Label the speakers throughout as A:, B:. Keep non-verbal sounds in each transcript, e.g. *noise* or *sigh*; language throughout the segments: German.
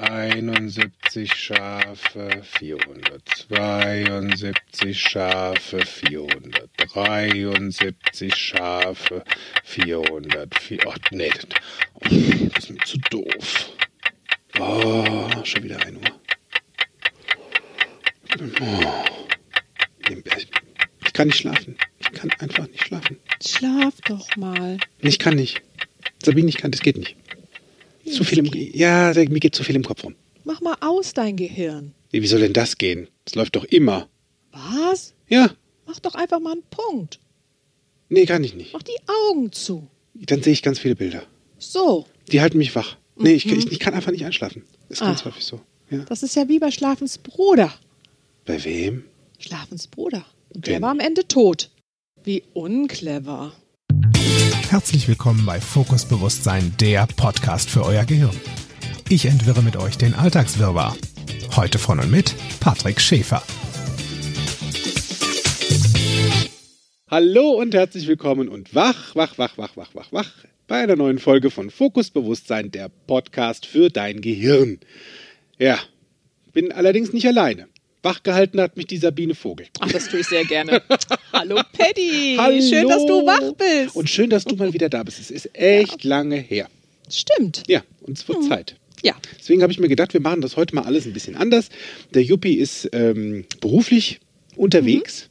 A: vierhunderteinundsiebzig Schafe, vierhundertzweiundsiebzig Schafe, vierhundertdreiundsiebzig Schafe, vierhundertvier... Oh, nee, das oh, das ist mir zu doof. Oh, schon wieder ein Uhr. Oh. Ich kann nicht schlafen. Ich kann einfach nicht schlafen.
B: Schlaf doch mal.
A: Ich kann nicht. Sabine, ich kann, das geht nicht. Zu viel im, ja, mir geht zu viel im Kopf rum.
B: Mach mal aus dein Gehirn.
A: Wie soll denn das gehen? Das läuft doch immer.
B: Was?
A: Ja,
B: Mach doch einfach mal einen Punkt.
A: nee, kann ich nicht.
B: Mach die Augen zu.
A: Dann sehe ich ganz viele Bilder.
B: So.
A: Die halten mich wach. Nee, ich, ich, ich kann einfach nicht einschlafen. Ist ganz
B: Ah.
A: häufig so. Ja.
B: Das ist ja wie bei Schlafens Bruder.
A: Bei wem?
B: Schlafens Bruder. Und
A: Genau.
B: der war am Ende tot. Wie unclever.
C: Herzlich willkommen bei Fokus Bewusstsein, der Podcast für euer Gehirn. Ich entwirre mit euch den Alltagswirrwarr. Heute von und mit Patrick Schäfer.
A: Hallo und herzlich willkommen und wach, wach, wach, wach, wach, wach, wach bei einer neuen Folge von Fokus Bewusstsein, der Podcast für dein Gehirn. Ja, bin allerdings nicht alleine. Wachgehalten hat mich die Sabine Vogel.
B: Ach, das tue ich
A: *laughs*
B: sehr gerne. Hallo Paddy.
A: Hallo.
B: Schön, dass du wach bist.
A: Und schön, dass du mal wieder da bist. Es ist echt lange her.
B: Stimmt.
A: Ja, und es wird Zeit.
B: Ja.
A: Deswegen habe ich mir gedacht, wir machen das heute mal alles ein bisschen anders. Der Juppie ist ähm, beruflich unterwegs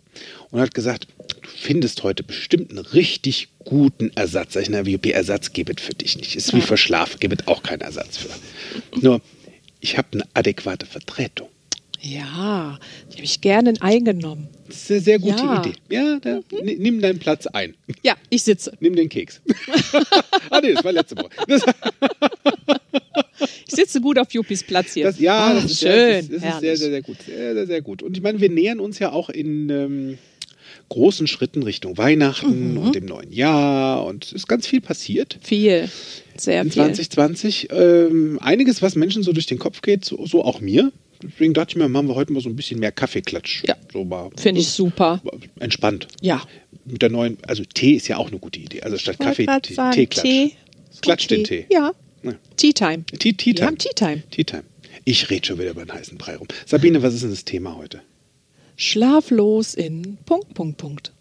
A: und hat gesagt, du findest heute bestimmt einen richtig guten Ersatz. Sag ich, na, Juppie, Ersatz gibt es für dich nicht. Ist wie für Schlaf, gibt es auch keinen Ersatz für. Nur, ich habe eine adäquate Vertretung.
B: Ja. Die habe ich gerne eingenommen.
A: Das ist eine sehr gute
B: Ja.
A: Idee. Ja, da, ni- nimm deinen Platz ein.
B: Ja, ich sitze.
A: Nimm den Keks. *laughs* ah, nee, das war letzte Woche. Das,
B: Ich sitze gut auf Juppies Platz hier.
A: Das, ja,
B: Ach,
A: das ist,
B: schön.
A: sehr- Das ist, das ist sehr,
B: Herrlich.
A: sehr, sehr gut. Sehr, sehr, sehr gut. Und ich meine, wir nähern uns ja auch in ähm, großen Schritten Richtung
B: Mhm.
A: Weihnachten und dem neuen Jahr. Und es ist ganz viel passiert.
B: viel. Sehr
A: In
B: viel.
A: 2020 ähm, einiges, was Menschen so durch den Kopf geht, so, so auch mir. Deswegen dachte ich mir, machen wir heute mal so ein bisschen mehr Kaffeeklatsch.
B: Ja.
A: So mal äh,
B: Finde ich super.
A: entspannt.
B: Ja.
A: Mit der neuen, also Tee ist ja auch eine gute Idee. Also statt Kaffee,
B: Wollte grad
A: Tee,
B: sagen,
A: Teeklatsch.
B: Tee.
A: Klatsch den Tee. Ne?
B: Ja.
A: Ja.
B: Tea Time.
A: Tea, Tea
B: Wir
A: Time.
B: haben Tea Time.
A: Tea Time. Ich rede schon wieder über den heißen Brei rum. Sabine, was ist denn das Thema heute?
B: Schlaflos in Punkt, Punkt, Punkt.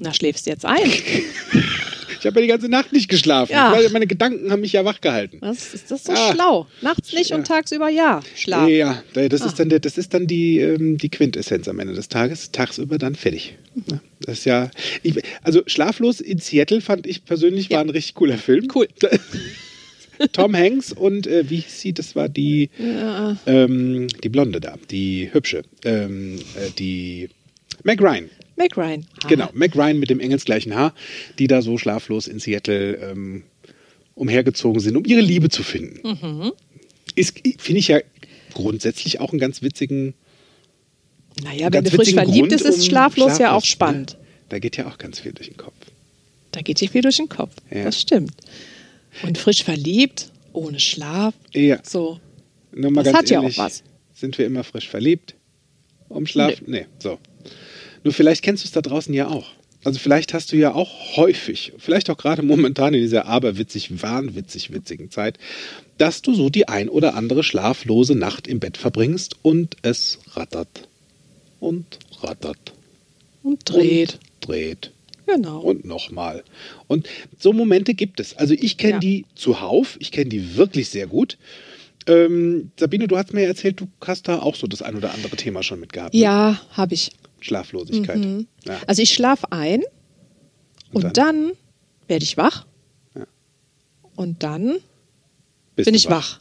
B: Na, schläfst jetzt ein.
A: Ich habe ja die ganze Nacht nicht geschlafen.
B: Ja.
A: Weil meine Gedanken haben mich ja wach gehalten.
B: Was ist das so
A: Ah.
B: schlau? Nachts nicht
A: Ja.
B: und tagsüber ja. Schlaf. Ah.
A: Ja, da- das ist dann, der- das ist dann die, ähm, die Quintessenz am Ende des Tages. Tagsüber dann fertig. Ja, Das ist ja. Ich, also Schlaflos in Seattle fand ich persönlich war ein richtig cooler Film. *laughs*
B: Cool.
A: Tom Hanks und äh, wie hieß sie? Das war die, ähm, die Blonde da, die hübsche. Ähm, äh, die Meg Ryan.
B: Mac Ryan. Ah.
A: Genau, Mac Ryan mit dem engelsgleichen Haar, die da so schlaflos in Seattle ähm, umhergezogen sind, um ihre Liebe zu finden.
B: Mhm.
A: Ist, finde ich ja grundsätzlich auch einen ganz witzigen.
B: Naja,
A: einen
B: wenn
A: ganz
B: du frisch
A: witzigen
B: verliebt
A: Grund,
B: bist, ist
A: um
B: schlaflos ja auch
A: ne?
B: spannend.
A: Da geht ja auch ganz viel durch den Kopf.
B: Da geht dir viel durch den Kopf.
A: Ja.
B: Das stimmt. Und frisch verliebt, ohne Schlaf.
A: Ja.
B: So.
A: Nur mal
B: Das
A: ganz
B: hat ja auch
A: ehrlich,
B: was.
A: Sind wir immer frisch verliebt? Um Schlaf? Nee. so. Nur vielleicht kennst du es da draußen ja auch. Also vielleicht hast du ja auch häufig, vielleicht auch gerade momentan in dieser aberwitzig, wahnwitzig witzigen Zeit, dass du so die ein oder andere schlaflose Nacht im Bett verbringst und es rattert und rattert
B: Und dreht.
A: und dreht
B: genau.
A: und nochmal. Und so Momente gibt es. Also ich kenne
B: Ja.
A: die zuhauf, ich kenne die wirklich sehr gut. Ähm, Sabine, du hast mir ja erzählt, du hast da auch so das ein oder andere Thema schon mit gehabt. ne?
B: ja, habe ich.
A: Schlaflosigkeit. Ja.
B: Also ich schlafe ein
A: Und
B: und, dann, werde ich wach.
A: Ja.
B: Und dann
A: Bist
B: bin
A: du
B: ich wach.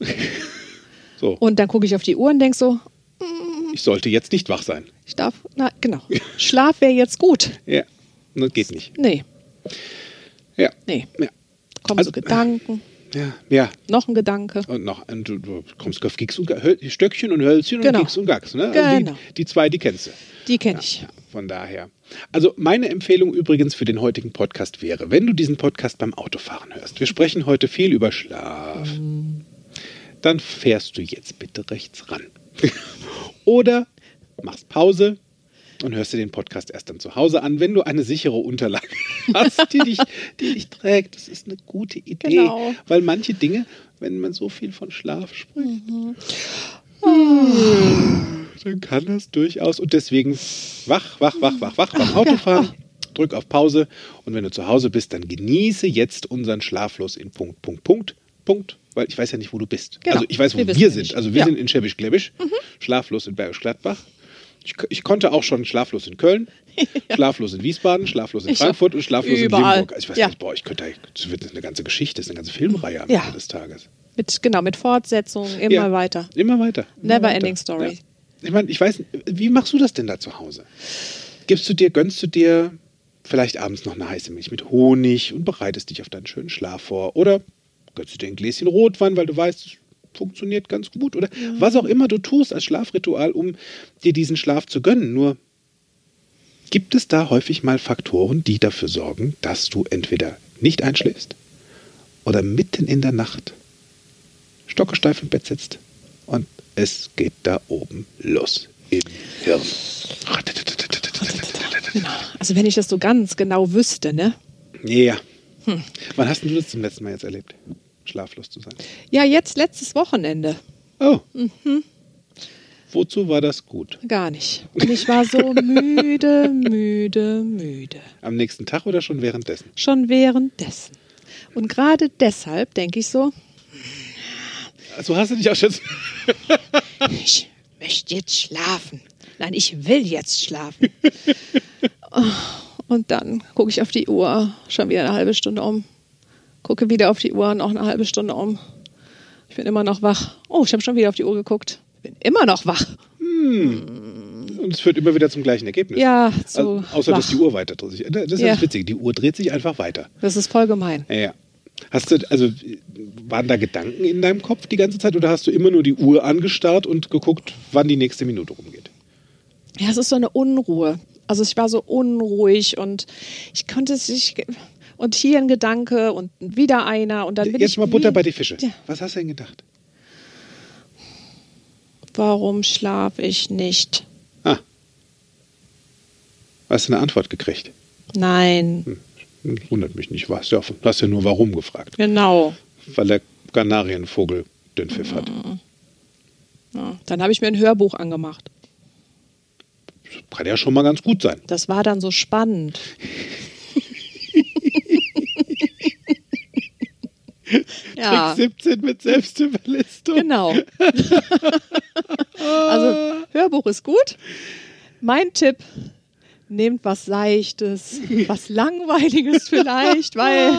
A: So,
B: Und dann gucke ich auf die Uhr und denke so,
A: ich sollte jetzt nicht wach sein.
B: ich darf, na genau, Schlaf wäre jetzt gut.
A: Ja, das geht nicht.
B: Nee,
A: Ja.
B: nee.
A: Ja.
B: Kommen
A: Also-
B: so Gedanken,
A: Ja, ja.
B: noch ein Gedanke.
A: Und noch, und du, du kommst auf Gigs und Ga- Hö- Stöckchen und Hölzchen
B: Genau.
A: und Gigs und Gags. Ne? Also
B: Genau.
A: die, die zwei, die kennst du.
B: Die kenne ich.
A: Ja, von daher. Also meine Empfehlung übrigens für den heutigen Podcast wäre, wenn du diesen Podcast beim Autofahren hörst, wir sprechen heute viel über Schlaf, dann fährst du jetzt bitte rechts ran. *laughs* Oder machst Pause und hörst dir den Podcast erst dann zu Hause an, wenn du eine sichere Unterlage *laughs* hast, die dich, die dich trägt. Das ist eine gute Idee.
B: Genau.
A: Weil manche Dinge, wenn man so viel von Schlaf spricht, dann kann das durchaus. Und deswegen wach, wach, wach, wach, wach beim Autofahren. Drück auf Pause und wenn du zu Hause bist, dann genieße jetzt unseren Schlaflos in Punkt, Punkt, Punkt, Punkt, weil ich weiß ja nicht, wo du bist.
B: Genau.
A: Also ich weiß, wo
B: Wir
A: wir,
B: wissen ja
A: sind.
B: nicht.
A: Also wir
B: Ja. Mhm.
A: sind in Schäbisch-Gläbisch, schlaflos in Bergisch Gladbach. Ich, k- ich konnte auch schon schlaflos in
B: *laughs*
A: Köln, schlaflos in Wiesbaden, schlaflos in
B: Ich
A: Frankfurt und schlaflos
B: überall.
A: in Limburg. Also ich weiß
B: Ja.
A: nicht, boah, ich könnte, da- das wird eine ganze Geschichte, das ist eine ganze Filmreihe am
B: Ja.
A: Ende des Tages.
B: Mit, genau, mit Fortsetzungen immer
A: Ja,
B: weiter.
A: Immer weiter. Immer
B: Never
A: weiter.
B: ending story.
A: Ich meine, ich weiß, wie machst du das denn da zu Hause? Gibst du dir, gönnst du dir vielleicht abends noch eine heiße Milch mit Honig und bereitest dich auf deinen schönen Schlaf vor? Oder gönnst du dir ein Gläschen Rotwein, weil du weißt, es funktioniert ganz gut? Oder was auch immer du tust als Schlafritual, um dir diesen Schlaf zu gönnen. Nur gibt es da häufig mal Faktoren, die dafür sorgen, dass du entweder nicht einschläfst oder mitten in der Nacht stockesteif im Bett sitzt und es geht da oben los im Hirn.
B: Genau. *laughs* Also wenn ich das so ganz genau wüsste, ne?
A: Ja. Wann hast denn du das zum letzten Mal jetzt erlebt? Schlaflos zu sein.
B: Ja, jetzt letztes Wochenende.
A: Oh. Wozu war das gut?
B: Gar nicht. Und ich war so müde, müde, müde.
A: Am nächsten Tag oder schon währenddessen?
B: Schon währenddessen. Und gerade deshalb denke ich so,
A: Also hast du dich auch schon.
B: ich möchte jetzt schlafen. Nein, ich will jetzt schlafen. Oh, Und dann gucke ich auf die Uhr, schon wieder eine halbe Stunde um. Gucke wieder auf die Uhr und auch eine halbe Stunde um. Ich bin immer noch wach. Oh, ich habe schon wieder auf die Uhr geguckt. Bin immer noch wach.
A: Und es führt immer wieder zum gleichen Ergebnis.
B: Ja, so
A: also, außer dass
B: wach.
A: die Uhr weiter dreht sich. Das ist ja.
B: Ja.
A: das Witzige. Die Uhr dreht sich einfach weiter.
B: Das ist voll gemein.
A: Ja, ja. Hast du, also äh, waren da Gedanken in deinem Kopf die ganze Zeit oder hast du immer nur die Uhr angestarrt und geguckt, wann die nächste Minute rumgeht?
B: Ja, es ist so eine Unruhe. Also ich war so unruhig und ich konnte es nicht. Und hier ein Gedanke und wieder einer und dann bin
A: Jetzt
B: ich
A: mal Butter
B: wie-
A: bei die Fische.
B: Ja.
A: Was hast du denn gedacht?
B: Warum schlafe ich nicht?
A: Ah. Hast du eine Antwort gekriegt?
B: Nein,
A: Hm, Wundert mich nicht, was? Ja, du hast ja nur warum gefragt,
B: genau.
A: weil der Kanarienvogel den Pfiff hat.
B: Ja. Dann habe ich mir ein Hörbuch angemacht.
A: Kann ja schon mal ganz gut sein.
B: Das war dann
A: *laughs*
B: so spannend. ja,
A: Trick 17 mit Selbstüberlistung.
B: genau. *laughs* also Hörbuch ist gut. Mein Tipp, nehmt was Seichtes, was Langweiliges vielleicht, weil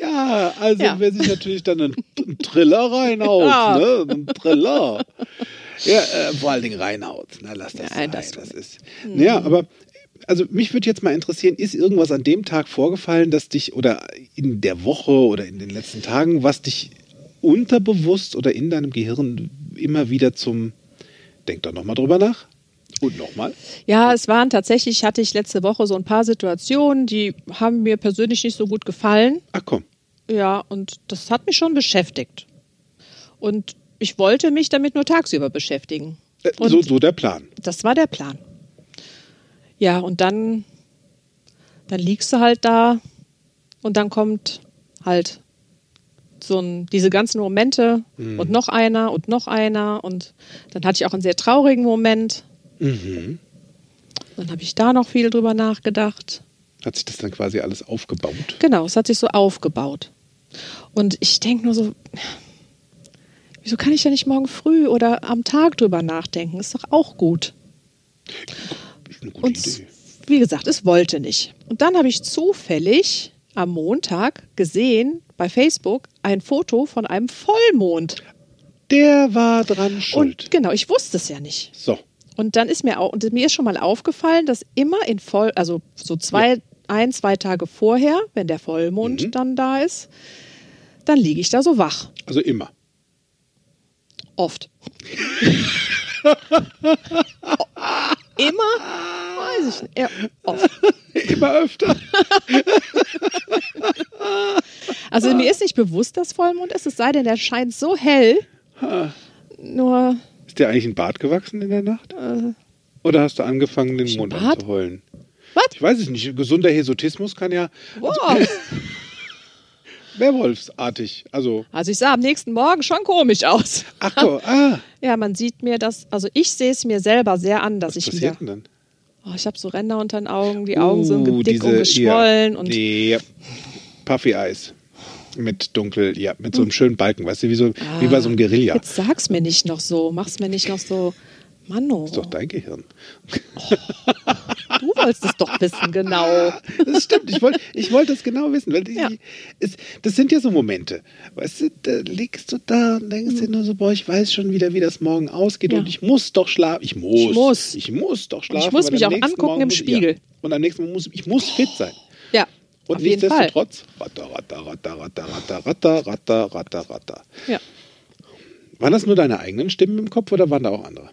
A: Ja, also
B: Ja.
A: wer sich natürlich dann einen, einen Triller reinhaut,
B: Ja.
A: ne? Einen Triller. Ja, äh, vor allen Dingen reinhaut. Na, lass das sein.
B: Nein, das Mhm.
A: Das,
B: tut
A: ist. Ja, aber also mich würde jetzt mal interessieren, ist irgendwas an dem Tag vorgefallen, das dich oder in der Woche oder in den letzten Tagen, was dich unterbewusst oder in deinem Gehirn immer wieder zum Denk doch nochmal drüber nach. Und nochmal.
B: Ja, es waren tatsächlich, hatte ich letzte Woche so ein paar Situationen, die haben mir persönlich nicht so gut gefallen.
A: Ach komm.
B: Ja, und das hat mich schon beschäftigt. Und ich wollte mich damit nur tagsüber beschäftigen.
A: Äh,
B: Und
A: So, so der Plan.
B: das war der Plan. Ja, und dann, dann liegst du halt da und dann kommt halt so ein, diese ganzen Momente und noch einer und noch einer und dann hatte ich auch einen sehr traurigen Moment. Dann habe ich da noch viel drüber nachgedacht.
A: Hat sich das dann quasi alles aufgebaut.
B: Genau, es hat sich so aufgebaut. Und ich denke nur so, wieso kann ich da nicht morgen früh oder am Tag drüber nachdenken? Ist doch auch gut.
A: Ist eine gute
B: Und
A: Idee.
B: wie gesagt, es wollte nicht. Und dann habe ich zufällig am Montag gesehen bei Facebook ein Foto von einem Vollmond.
A: Der war dran schuld.
B: Und genau, ich wusste es ja nicht.
A: so.
B: Und dann ist mir auch, und mir ist schon mal aufgefallen, dass immer in voll, also so zwei, ein, zwei Tage vorher, wenn der Vollmond
A: Mhm.
B: dann da ist, dann liege ich da so wach.
A: Also immer.
B: Oft.
A: *laughs*
B: immer? Weiß ich nicht. Ja, oft.
A: Immer öfter. Ah.
B: Also mir ist nicht bewusst, dass Vollmond ist, es sei denn, der scheint so hell. Nur,
A: Ist dir eigentlich ein Bart gewachsen in der Nacht? Oder hast du angefangen, den
B: ich
A: Mond
B: einen Äh. Bart?
A: anzuheulen?
B: Was?
A: Ich weiß es nicht. Gesunder Hesotismus kann ja
B: Wow.
A: werwolfsartig. Also,
B: Also ich sah am nächsten Morgen schon komisch aus.
A: ach
B: *laughs*
A: so, ah,
B: Ja, man sieht mir das, also ich sehe es mir selber sehr an,
A: was
B: dass ich
A: passiert
B: wieder.
A: denn dann?
B: Oh, ich habe so Ränder unter den Augen, die Augen sind
A: Uh,
B: dick und
A: ja,
B: geschwollen und
A: ja. Puffy Eyes. Mit dunkel, ja, mit so einem schönen Balken, weißt du, wie, so, wie bei so einem Guerilla.
B: Hm. Ah. jetzt sag's mir nicht noch so, mach's mir nicht noch so. Manno,
A: Das ist doch dein Gehirn.
B: du wolltest es doch
A: *laughs*
B: wissen, genau.
A: Das stimmt, ich wollte ich wollte das genau wissen. Weil
B: Ja.
A: ich, es, das sind ja so Momente. Weißt du, da liegst du da und denkst dir nur so, boah, ich weiß schon wieder, wie das morgen ausgeht
B: Mhm. Ja.
A: und ich muss doch schlafen. Ich muss.
B: Ich muss.
A: Ich muss doch schlafen.
B: muss
A: weil
B: mich
A: am
B: auch
A: nächsten
B: angucken
A: Morgen
B: im
A: muss-
B: Spiegel.
A: Ja. Und am nächsten Mal muss ich muss fit sein.
B: Ja,
A: Und
B: auf jeden Fall.
A: nichtsdestotrotz, ratter, ratter, ratter, ratter, ratter, ratter, ratter, ratter, ratter.
B: Ja.
A: Waren das nur deine eigenen Stimmen im Kopf oder waren da auch andere?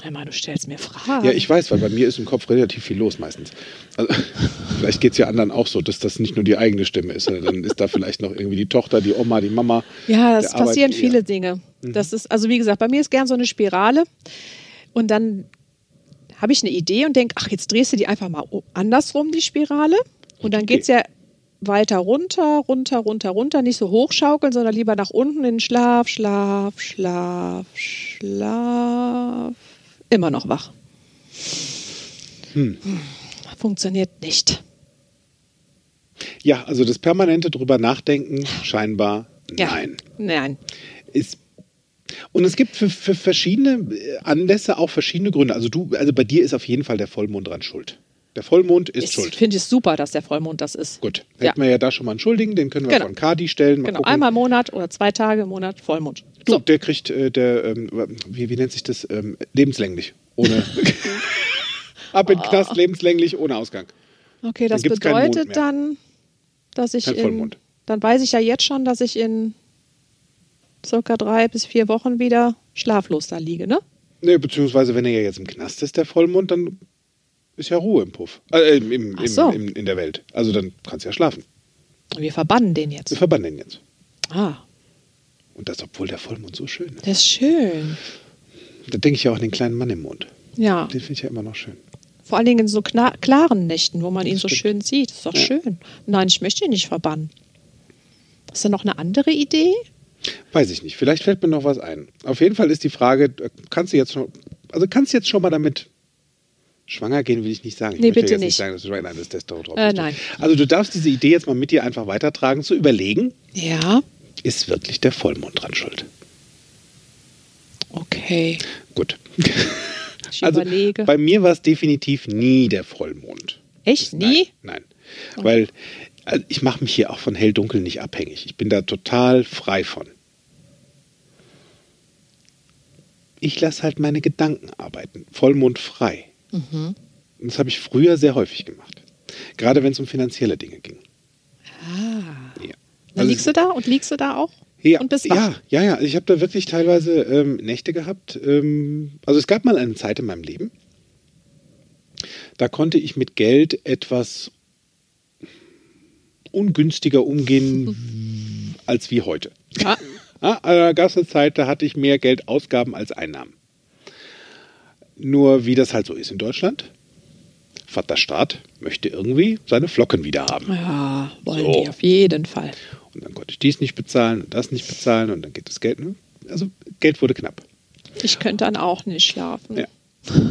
B: Einmal, du stellst mir Fragen.
A: Ja, ich weiß, weil bei mir ist im Kopf relativ viel los meistens. Also, *laughs* vielleicht geht es ja anderen auch so, dass das nicht nur die eigene Stimme ist, sondern dann ist da vielleicht noch irgendwie die Tochter, die Oma, die Mama.
B: Ja,
A: der Arbeit-
B: das
A: Mhm.
B: passieren
A: ja.
B: viele Dinge. Das ist, also wie gesagt, bei mir ist gern so eine Spirale und dann habe ich eine Idee und denke, ach, jetzt drehst du die einfach mal o- andersrum, die Spirale. Und dann
A: Okay.
B: geht es ja weiter runter, runter, runter, runter, nicht so hochschaukeln, sondern lieber nach unten in den Schlaf, Schlaf, Schlaf, Schlaf. Immer noch wach. Hm. Funktioniert nicht.
A: Ja, also das permanente drüber nachdenken, scheinbar
B: Ja.
A: nein.
B: Nein.
A: Ist und es gibt für, für verschiedene äh, Anlässe auch verschiedene Gründe. Also du, also bei dir ist auf jeden Fall der Vollmond dran schuld. Der Vollmond ist
B: Ich
A: schuld.
B: finde es super, dass der Vollmond das ist.
A: Gut, hätten
B: Ja.
A: wir ja da schon mal einen Schuldigen, den können wir
B: Genau.
A: von Kadi stellen. Mal
B: Genau,
A: gucken.
B: einmal im Monat oder zwei Tage im Monat Vollmond.
A: Du, der kriegt, äh, der, ähm, wie, wie nennt sich das? Ähm, lebenslänglich.
B: *laughs*
A: Ohne. Ab
B: Ah.
A: in den Knast, lebenslänglich, ohne Ausgang.
B: Okay, das
A: gibt's keinen Mond mehr.
B: bedeutet dann, dass ich
A: Kein
B: in,
A: Vollmond.
B: dann weiß ich ja jetzt schon, dass ich in circa drei bis vier Wochen wieder schlaflos da liege, ne?
A: Nee, beziehungsweise, wenn er ja jetzt im Knast ist, der Vollmond, dann ist ja Ruhe im Puff. Äh, im, im,
B: Ach
A: im,
B: so.
A: im, in der Welt. Also dann kannst du ja schlafen.
B: Und wir verbannen den
A: Wir
B: jetzt.
A: verbannen ihn jetzt.
B: Ah,
A: Und das, obwohl der Vollmond so schön ist.
B: das ist schön.
A: Da denke ich ja auch an den kleinen Mann im Mond.
B: Ja,
A: Den finde ich ja immer noch schön.
B: vor allen Dingen in so kna- klaren Nächten, wo man ihn so
A: stimmt.
B: schön sieht. Ist doch
A: Ja.
B: schön. Nein, ich möchte ihn nicht verbannen. Hast du noch eine andere Idee?
A: Weiß ich nicht. Vielleicht fällt mir noch was ein. Auf jeden Fall ist die Frage, äh, kannst du jetzt schon, also kannst du jetzt schon mal damit schwanger gehen, will ich nicht sagen. Ich
B: Nee,
A: möchte
B: bitte
A: jetzt
B: nicht.
A: sagen, dass du, nein, das ist Testosteron.
B: Äh, nein.
A: Also du darfst diese Idee jetzt mal mit dir einfach weitertragen, zu überlegen,
B: Ja,
A: ist wirklich der Vollmond dran schuld?
B: okay.
A: Gut.
B: Ich
A: Also
B: überlege.
A: bei mir war es definitiv nie der Vollmond.
B: Echt? Nie? Oh.
A: Nein. nein. Weil also ich mache mich hier auch von hell-dunkel nicht abhängig. Ich bin da total frei von. Ich lasse halt meine Gedanken arbeiten. Vollmond frei.
B: Mhm.
A: Und das habe ich früher sehr häufig gemacht. Gerade wenn es um finanzielle Dinge ging.
B: Ah.
A: Ja.
B: Dann
A: Also-
B: liegst du da und liegst du da auch?
A: ja,
B: Und bist wach?
A: ja, ja, ja. Ich habe da wirklich teilweise ähm, Nächte gehabt. Ähm, also es gab mal eine Zeit in meinem Leben, da konnte ich mit Geld etwas ungünstiger umgehen als wie heute.
B: Ah,
A: Ah, also da gab es eine Zeit, da hatte ich mehr Geldausgaben als Einnahmen. Nur wie das halt so ist in Deutschland, Vaterstaat möchte irgendwie seine Flocken wieder haben.
B: Ja, wollen
A: So.
B: die auf jeden Fall.
A: Und dann konnte ich dies nicht bezahlen und das nicht bezahlen und dann geht das Geld. ne? Also Geld wurde knapp.
B: Ich könnte dann auch nicht schlafen.
A: Ja.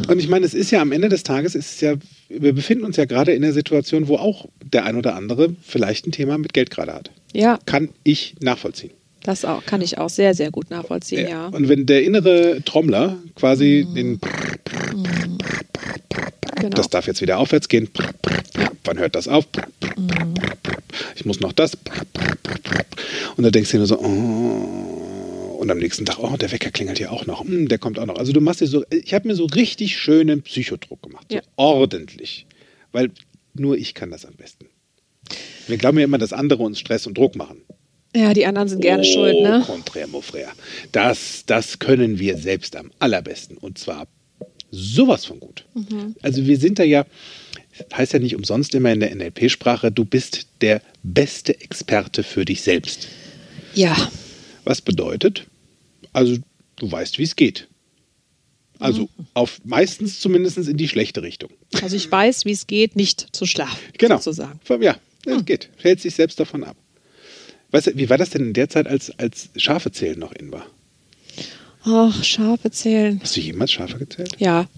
A: Und ich meine, es ist ja am Ende des Tages, es ist ja, wir befinden uns ja gerade in einer Situation, wo auch der ein oder andere vielleicht ein Thema mit Geld gerade hat.
B: Ja,
A: Kann ich nachvollziehen.
B: das auch, kann ich auch sehr, sehr gut nachvollziehen, ja.
A: Und wenn der innere Trommler quasi den,
B: Genau.
A: das darf jetzt wieder aufwärts gehen, wann hört das auf? Ich muss noch das. Und da denkst du dir nur so, oh. und am nächsten Tag, oh, der Wecker klingelt ja auch noch, Hm, der kommt auch noch. Also du machst dir so, ich habe mir so richtig schönen Psychodruck gemacht,
B: Ja.
A: so ordentlich, weil nur ich kann das am besten. Wir glauben ja immer, dass andere uns Stress und Druck machen.
B: ja, die anderen sind gerne
A: oh,
B: schuld, ne?
A: Contraire, mon frère. Das, das können wir selbst am allerbesten. Und zwar sowas von gut.
B: Mhm.
A: Also wir sind da ja, heißt ja nicht umsonst immer in der NLP-Sprache, du bist der beste Experte für dich selbst.
B: Ja,
A: Was bedeutet? Also du weißt, wie es geht. Also
B: Mhm.
A: auf meistens zumindest in die schlechte Richtung.
B: Also ich weiß, wie es geht, nicht zu schlafen.
A: Genau.
B: Sozusagen. Mhm.
A: Ja, das geht. Hält sich selbst davon ab. Weißt du, wie war das denn in der Zeit, als, als Schafe zählen noch in war?
B: Ach, Schafe zählen.
A: Hast du jemals Schafe gezählt?
B: Ja,
A: Hat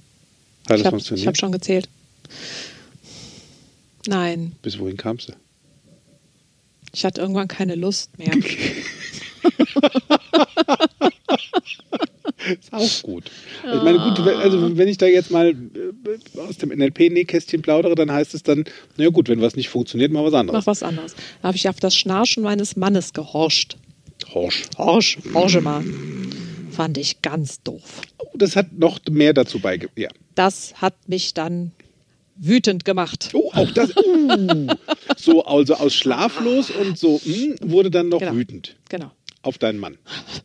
A: das
B: ich habe
A: funktioniert?
B: hab schon gezählt. Nein,
A: Bis wohin kamst du?
B: ich hatte irgendwann keine Lust
A: *laughs*
B: mehr.
A: Ist auch gut. Ich meine, gut,
B: Ah.
A: wenn- also wenn ich da jetzt mal äh, aus dem NLP-Nähkästchen plaudere, dann heißt es dann, na ja gut, wenn was nicht funktioniert, mal was anderes.
B: Mach was anderes. Da habe ich auf das Schnarchen meines Mannes gehorcht.
A: Horsch.
B: Horsch, horche mal. Fand ich ganz doof.
A: Oh, Das hat noch mehr dazu beigetragen. Ja.
B: Das hat mich dann wütend gemacht.
A: Oh, auch das. Uh. So, also aus schlaflos und so hm, wurde dann noch
B: Genau.
A: wütend
B: Genau.
A: auf deinen Mann.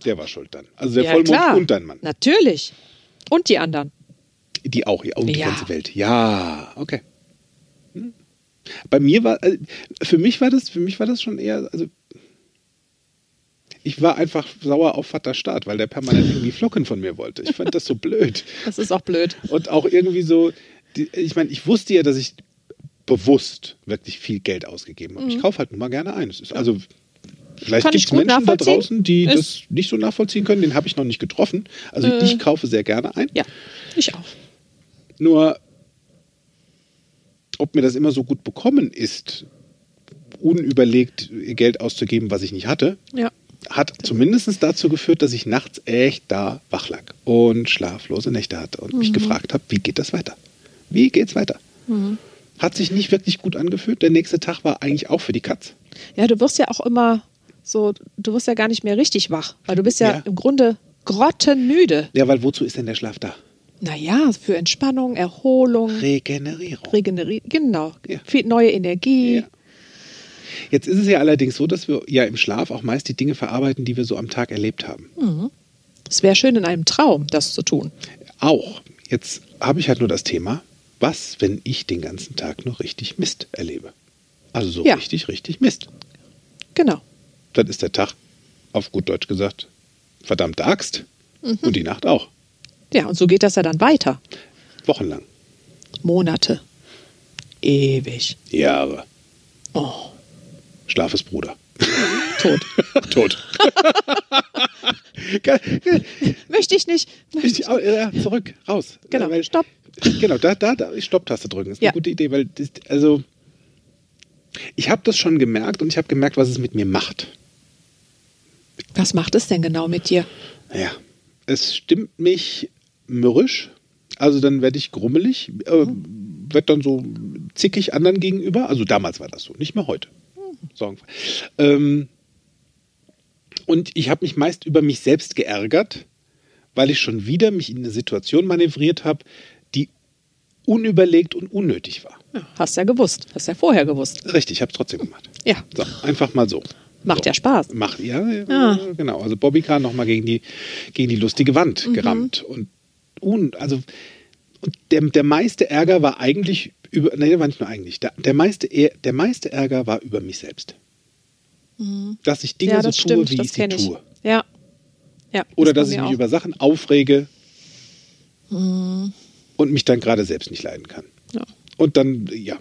A: Der war schuld dann. Also der Vollmond und dein Mann.
B: Natürlich. Und die anderen.
A: Die auch, ja, und die
B: Ja.
A: ganze Welt. Ja, okay. Hm. Bei mir war, also, für mich war das, für mich war das schon eher, also ich war einfach sauer auf Vater Staat, weil der permanent irgendwie Flocken von mir wollte. Ich fand das so blöd.
B: Das ist auch blöd.
A: Und auch irgendwie so, die, ich meine, ich wusste ja, dass ich bewusst wirklich viel Geld ausgegeben habe. Ich kaufe halt nun mal gerne ein. Es ist also, vielleicht
B: Mhm. Kann ich
A: gibt es
B: gut
A: Menschen da
B: nachvollziehen.
A: draußen, die
B: Ist-
A: das nicht so nachvollziehen können. Den habe ich noch nicht getroffen. Also
B: Äh.
A: ich kaufe sehr gerne ein.
B: Ja, ich auch.
A: Nur, ob mir das immer so gut bekommen ist, unüberlegt Geld auszugeben, was ich nicht hatte,
B: Ja.
A: hat zumindest dazu geführt, dass ich nachts echt da wach lag und schlaflose Nächte hatte und mich gefragt habe, wie geht das weiter? Wie geht's weiter? Hat sich nicht wirklich gut angefühlt. Der nächste Tag war eigentlich auch für die Katz.
B: Ja, du wirst ja auch immer so, du wirst ja gar nicht mehr richtig wach, weil du bist ja,
A: Ja.
B: im Grunde grottenmüde.
A: Ja, weil wozu ist denn der Schlaf da?
B: Naja, für Entspannung, Erholung,
A: Regenerierung.
B: Regenerieren, genau.
A: Ja.
B: Viel neue Energie.
A: Ja. Jetzt ist es ja allerdings so, dass wir ja im Schlaf auch meist die Dinge verarbeiten, die wir so am Tag erlebt haben.
B: Es wäre schön, in einem Traum das zu tun.
A: Auch. Jetzt habe ich halt nur das Thema, was, wenn ich den ganzen Tag noch richtig Mist erlebe? Also so
B: Ja.
A: richtig, richtig Mist.
B: Genau.
A: Dann ist der Tag, auf gut Deutsch gesagt, verdammt Axt
B: Mhm.
A: und die Nacht auch.
B: Ja, und so geht das ja dann weiter.
A: Wochenlang.
B: Monate. Ewig.
A: Jahre.
B: Oh,
A: Schlaf ist
B: *laughs*
A: Bruder. *laughs*
B: tot.
A: Tot.
B: *laughs*
A: Geil.
B: Möchte ich nicht.
A: Ich, au- ja, zurück, raus.
B: Genau,
A: Äh, weil-
B: stopp.
A: Genau, da, da, da Stopp-Taste drücken. Ist
B: Ja.
A: eine gute Idee, weil das, also ich habe das schon gemerkt und ich habe gemerkt, was es mit mir macht.
B: Was macht es denn genau mit dir?
A: Ja, es stimmt mich mürrisch. Also dann werde ich grummelig, äh, werde dann so zickig anderen gegenüber. Also damals war das so, nicht mehr heute. Sorgenfrei. Ähm, und ich habe mich meist über mich selbst geärgert, weil ich schon wieder mich in eine Situation manövriert habe, die unüberlegt und unnötig war.
B: Hast ja gewusst. Hast ja vorher gewusst.
A: Richtig, ich habe es trotzdem gemacht.
B: Ja.
A: So, einfach mal so.
B: Macht
A: so.
B: ja Spaß.
A: Macht, ja,
B: Ah.
A: ja. genau. Also Bobby Kahn nochmal gegen die, gegen die lustige Wand
B: Mhm.
A: gerammt. Und, und also und der, der meiste Ärger war eigentlich über, nee, der war nicht nur eigentlich, der, der, meiste, Ä- der meiste Ärger war über mich selbst. Dass ich Dinge
B: Mhm. ja,
A: so
B: das
A: tue,
B: stimmt.
A: wie
B: das
A: ich sie
B: kenne ich.
A: tue.
B: Ja. ja.
A: Oder
B: das
A: dass ich
B: bei
A: mich
B: mir
A: über Sachen aufrege
B: Mhm.
A: und mich dann gerade selbst nicht leiden kann.
B: auch. Ja.
A: Und dann, ja,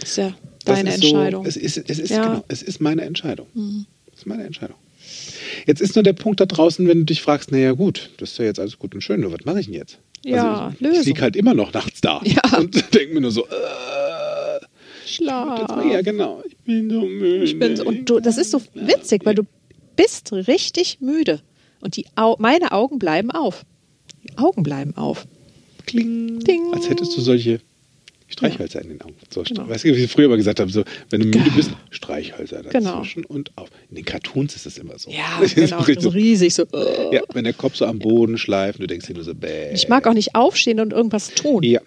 B: Das ist ja
A: Das
B: deine
A: ist so-
B: Entscheidung.
A: es, ist, es, ist,
B: Ja. Mhm.
A: genau, es ist meine Entscheidung. Es ist meine Entscheidung. Jetzt ist nur der Punkt da draußen, wenn du dich fragst, naja gut, das ist ja jetzt alles gut und schön, nur was mache ich denn jetzt?
B: Ja,
A: also ich, ich
B: Lösung.
A: liege halt immer noch nachts da
B: *laughs* Ja.
A: und *laughs* denke mir nur so, äh, jetzt mal,
B: Schlaf.
A: ja genau, ich bin so müde.
B: Ah. Ich bin so, und du, das ist so witzig, weil du bist richtig müde. Und die Au meine Augen bleiben auf. Die Augen bleiben auf.
A: Kling.
B: Ding.
A: Als hättest du solche Streichhölzer in den Augen. So,
B: Genau.
A: Weißt du, wie ich früher immer gesagt habe, so, wenn du müde bist, Streichhölzer dazwischen und auf. In den Cartoons ist das immer so.
B: Genau. Ja,
A: *laughs* Das ist
B: genau.
A: richtig
B: So
A: so.
B: riesig. So. äh.
A: Ja, wenn der Kopf so am Boden schleift, du denkst dir nur so, bäh.
B: Ich mag auch nicht aufstehen und irgendwas tun.
A: Ja.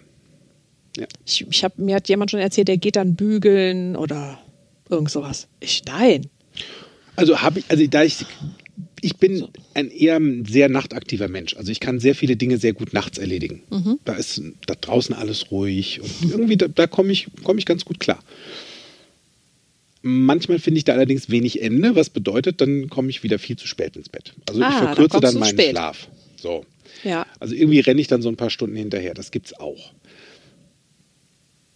B: Ich, ich hab, mir hat jemand schon erzählt, der geht dann bügeln oder irgend sowas. Ich, nein.
A: Also habe ich, also da ich, ich bin ein eher ein sehr nachtaktiver Mensch. Also ich kann sehr viele Dinge sehr gut nachts erledigen.
B: Mhm.
A: Da ist da draußen alles ruhig und irgendwie da, da komme ich, komme ich ganz gut klar. Manchmal finde ich da allerdings wenig Ende, was bedeutet, dann komme ich wieder viel zu spät ins Bett. Also ich
B: Ah, dann
A: verkürze
B: kommst
A: dann
B: du
A: meinen
B: spät.
A: Schlaf. So.
B: Ja.
A: Also irgendwie renne ich dann so ein paar Stunden hinterher. Das gibt's auch.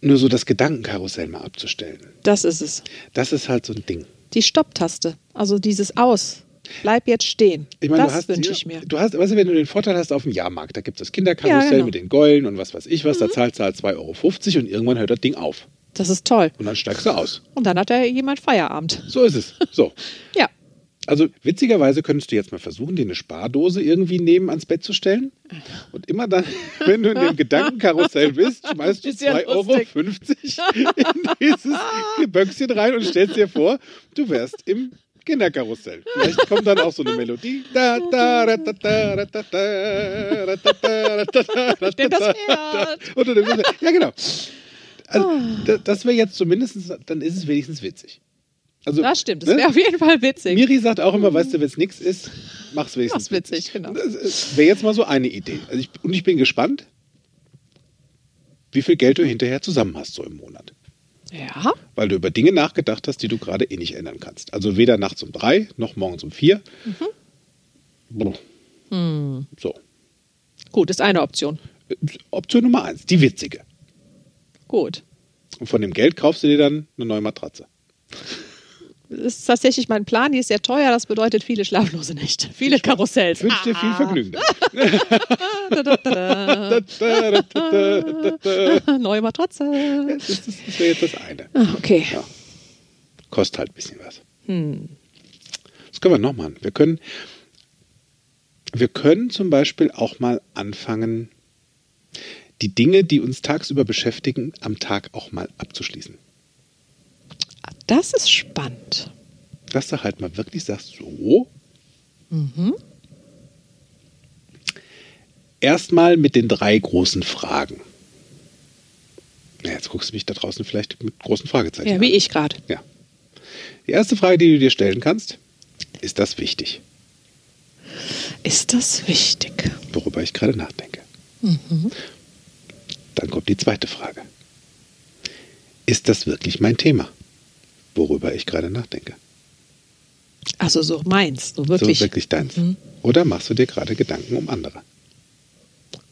A: Nur so das Gedankenkarussell mal abzustellen.
B: Das ist es.
A: Das ist halt so ein Ding.
B: Die Stopptaste. Also dieses Aus. Bleib jetzt stehen.
A: Ich meine, du
B: das
A: hast,
B: wünsche
A: ja,
B: ich mir.
A: Du hast, weißt du, wenn du den Vorteil hast auf dem Jahrmarkt, da gibt es das Kinderkarussell
B: Ja, genau. Mhm.
A: mit den Gollen und was weiß ich was, da zahlst du halt 2,50 Euro und irgendwann hört das Ding auf.
B: Das ist toll.
A: Und dann steigst du aus.
B: Und dann hat da jemand Feierabend.
A: So ist es.
B: *laughs*
A: So.
B: Ja.
A: Also witzigerweise könntest du jetzt mal versuchen, dir eine Spardose irgendwie neben ans Bett zu stellen. Und immer dann, *laughs* wenn du in dem Gedankenkarussell bist, schmeißt du
B: Ist ja
A: 2,50 Euro in dieses Böckchen rein und stellst dir vor, du wärst im Kinderkarussell. Vielleicht kommt dann auch so eine Melodie. Da, da, ra, da, da, ra, da, da, ra, da, da, ra, da, da, ra, da,
B: Denn das
A: da,
B: Pferd.
A: da. Und du nimmst das- Ja, genau. Also, da- das wäre jetzt zumindest, dann ist es wenigstens witzig. Also,
B: Das stimmt. Das
A: ne?
B: wäre auf jeden Fall witzig.
A: Miri sagt auch immer, weißt du, wenn es nichts ist, mach's wenigstens.
B: Mach's witzig, genau.
A: Das wäre jetzt mal so eine Idee. Also ich, und ich bin gespannt, wie viel Geld du hinterher zusammen hast so im Monat.
B: Ja.
A: Weil du über Dinge nachgedacht hast, die du gerade eh nicht ändern kannst. Also weder nachts um drei noch morgens um vier.
B: Mhm.
A: Brr.
B: Hm.
A: So.
B: Gut, ist eine Option.
A: Option Nummer eins, die witzige.
B: Gut.
A: Und von dem Geld kaufst du dir dann eine neue Matratze.
B: Das ist tatsächlich mein Plan. Die ist sehr teuer. Das bedeutet viele schlaflose Nächte. Viele Karussells.
A: Ich wünsche dir viel Vergnügen. damit.
B: Ah.
A: äh,
B: *laughs* Neue Matratze.
A: Das, ist- das wäre jetzt das eine.
B: Ah, Okay.
A: Ja. Kostet halt ein bisschen was.
B: Hm.
A: Das können wir noch machen. Wir können, wir können zum Beispiel auch mal anfangen, die Dinge, die uns tagsüber beschäftigen, am Tag auch mal abzuschließen.
B: Das ist spannend.
A: Dass du halt mal wirklich sagst, so.
B: Mhm.
A: Erstmal mit den drei großen Fragen. Na, jetzt guckst du mich da draußen vielleicht mit großen Fragezeichen
B: Ja,
A: an.
B: wie ich gerade.
A: Ja. Die erste Frage, die du dir stellen kannst, ist das wichtig,
B: Ist das wichtig?
A: worüber ich gerade nachdenke?
B: Mhm.
A: Dann kommt die zweite Frage. Ist das wirklich mein Thema, worüber ich gerade nachdenke?
B: Also so meins. So wirklich.
A: So wirklich deins.
B: Mhm.
A: Oder machst du dir gerade Gedanken um andere?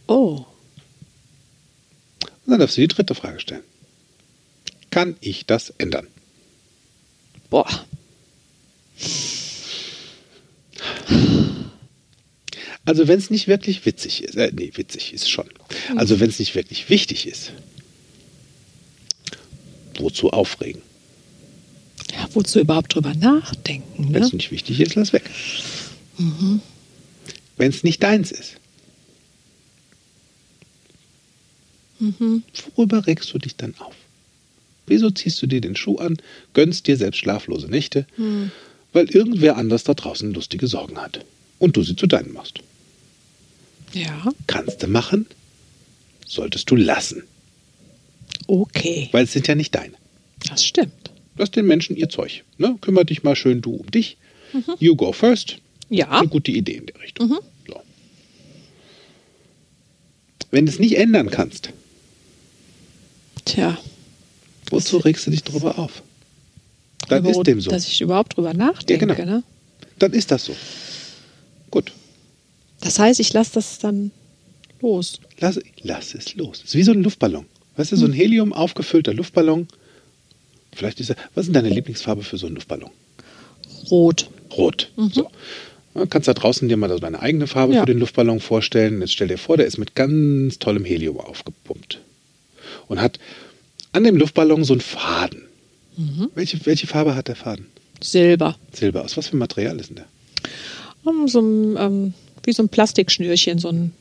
B: Oh.
A: Und dann darfst du die dritte Frage stellen. Kann ich das ändern?
B: Boah.
A: Also wenn es nicht wirklich witzig ist, äh, nee, witzig ist schon.
B: Mhm.
A: Also wenn es nicht wirklich wichtig ist, wozu aufregen?
B: Ja, wozu überhaupt drüber nachdenken?
A: Wenn
B: Ne?
A: es nicht wichtig ist, lass weg. Wenn es nicht deins ist. Worüber regst du dich dann auf? Wieso ziehst du dir den Schuh an, gönnst dir selbst schlaflose Nächte, weil irgendwer anders da draußen lustige Sorgen hat und du sie zu deinen machst?
B: Ja.
A: Kannst du machen, solltest du lassen,
B: Okay.
A: weil es sind ja nicht deine.
B: Das stimmt.
A: Lass den Menschen ihr Zeug. Ne? Kümmer dich mal schön du um dich. You go first.
B: Ja.
A: Eine gute Idee in der Richtung. So. Wenn du es nicht ändern kannst,
B: Tja.
A: wozu regst du dich drüber auf? Dann
B: Überhaupt-
A: ist dem so.
B: Dass ich überhaupt drüber nachdenke.
A: Ja, genau.
B: ne?
A: Dann ist das so. Gut,
B: Das heißt, ich lasse das dann los.
A: lass, lass es los. Ist wie so ein Luftballon. Weißt du, so ein Helium aufgefüllter Luftballon. Vielleicht ist er. Was ist denn deine Lieblingsfarbe für so einen Luftballon?
B: Rot.
A: Rot. So. Ja, Kannst da draußen dir mal so deine eigene Farbe
B: Mhm. Ja.
A: für den Luftballon vorstellen. Jetzt stell dir vor, der ist mit ganz tollem Helium aufgepumpt und hat an dem Luftballon so einen Faden.
B: Mhm.
A: Welche, welche Farbe hat der Faden?
B: Silber.
A: Silber. Aus was für einem Material ist denn der?
B: Um, so ein, ähm, wie so ein Plastikschnürchen. So ein,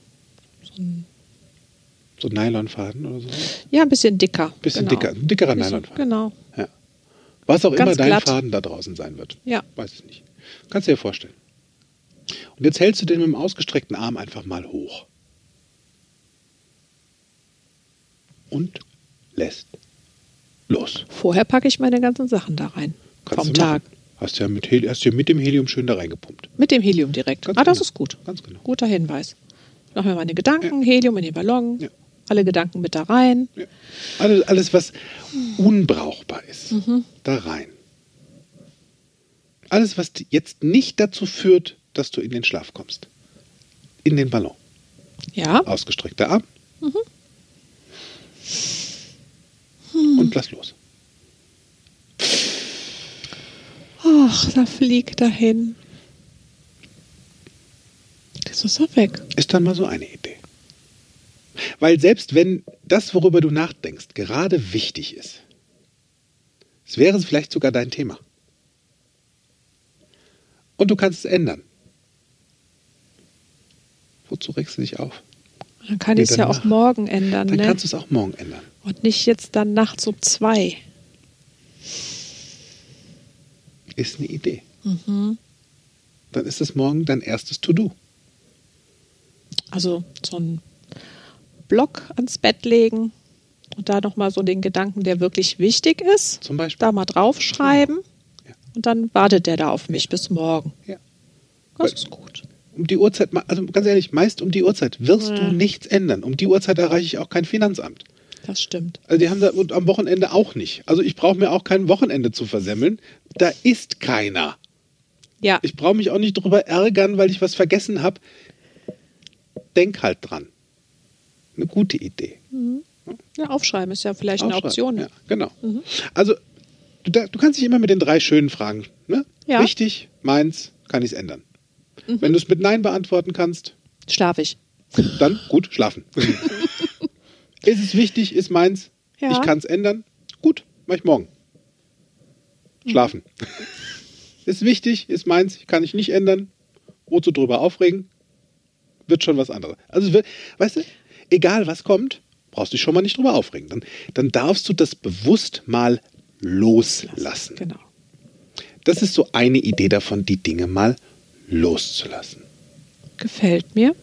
A: So Nylonfaden oder so? Ein
B: ja, ein bisschen dicker.
A: bisschen
B: Genau.
A: dicker, ein dickerer
B: Bisschen-
A: Nylonfaden.
B: Genau.
A: Ja. Was auch
B: Ganz
A: immer dein
B: glatt.
A: Faden da draußen sein wird.
B: Ja.
A: Weiß ich nicht. Kannst dir vorstellen. Und jetzt hältst du den mit dem ausgestreckten Arm einfach mal hoch. Und lässt los.
B: Vorher packe ich meine ganzen Sachen da rein.
A: Kannst
B: vom
A: du machen.
B: Tag.
A: Hast ja mit, Heli- hast ja mit dem Helium schön da reingepumpt.
B: Mit dem Helium direkt.
A: Ganz
B: ah, das
A: genau.
B: ist gut.
A: Ganz genau.
B: Guter Hinweis. Mach mir meine Gedanken, Helium in den Ballon.
A: Ja.
B: Alle Gedanken mit da rein.
A: Ja. Alles, alles, was unbrauchbar ist,
B: Mhm.
A: da rein. Alles, was di- jetzt nicht dazu führt, dass du in den Schlaf kommst. In den Ballon.
B: Ja.
A: Ausgestreckter Arm.
B: Mhm.
A: Und lass los.
B: Ach, da fliegt er hin. Das ist er weg.
A: Ist dann mal so eine Idee. Weil selbst wenn das, worüber du nachdenkst, gerade wichtig ist, es wäre vielleicht sogar dein Thema. Und du kannst es ändern. Wozu regst du dich auf?
B: Dann kann
A: Ja,
B: ich es ja
A: dann
B: auch
A: mach.
B: morgen ändern,
A: Dann
B: ne?
A: kannst du es auch morgen ändern.
B: Und nicht jetzt dann nachts um zwei.
A: Ist eine Idee.
B: Mhm.
A: Dann ist es morgen dein erstes To-Do.
B: Also so einen Block ans Bett legen und da nochmal so den Gedanken, der wirklich wichtig ist,
A: Zum Beispiel.
B: da mal draufschreiben.
A: Ja.
B: Und dann wartet der da auf mich bis morgen.
A: Ja.
B: Das
A: Weil-
B: ist gut.
A: Um die Uhrzeit, ma- also ganz ehrlich, meist um die Uhrzeit wirst
B: Ja.
A: du nichts ändern. Um die Uhrzeit erreiche ich auch kein Finanzamt.
B: Das stimmt.
A: Also die haben da und am Wochenende auch nicht. Also ich brauche mir auch kein Wochenende zu versemmeln. Da ist keiner.
B: Ja,
A: Ich brauche mich auch nicht drüber ärgern, weil ich was vergessen habe. Denk halt dran. Eine gute Idee.
B: ja aufschreiben ist ja vielleicht eine
A: Aufschreiben.
B: Option. ne? Mhm.
A: Ja, genau. Also du, da- du kannst dich immer mit den drei schönen Fragen. Ne?
B: Ja. Mhm.
A: Wichtig, meins, kann ich es ändern. Wenn du es mit Nein beantworten kannst,
B: Schlaf ich.
A: dann gut,
B: *laughs*
A: schlafen. ist es wichtig, ist meins,
B: Ja.
A: ich kann es ändern, gut, mach ich morgen. Schlafen.
B: Hm.
A: *laughs* ist wichtig, ist meins, kann ich nicht ändern, wozu drüber aufregen, wird schon was anderes. Also, es wird, weißt du, egal was kommt, brauchst dich schon mal nicht drüber aufregen. Dann, dann darfst du das bewusst mal loslassen.
B: Genau.
A: Das ist so eine Idee davon, die Dinge mal loszulassen.
B: Gefällt mir.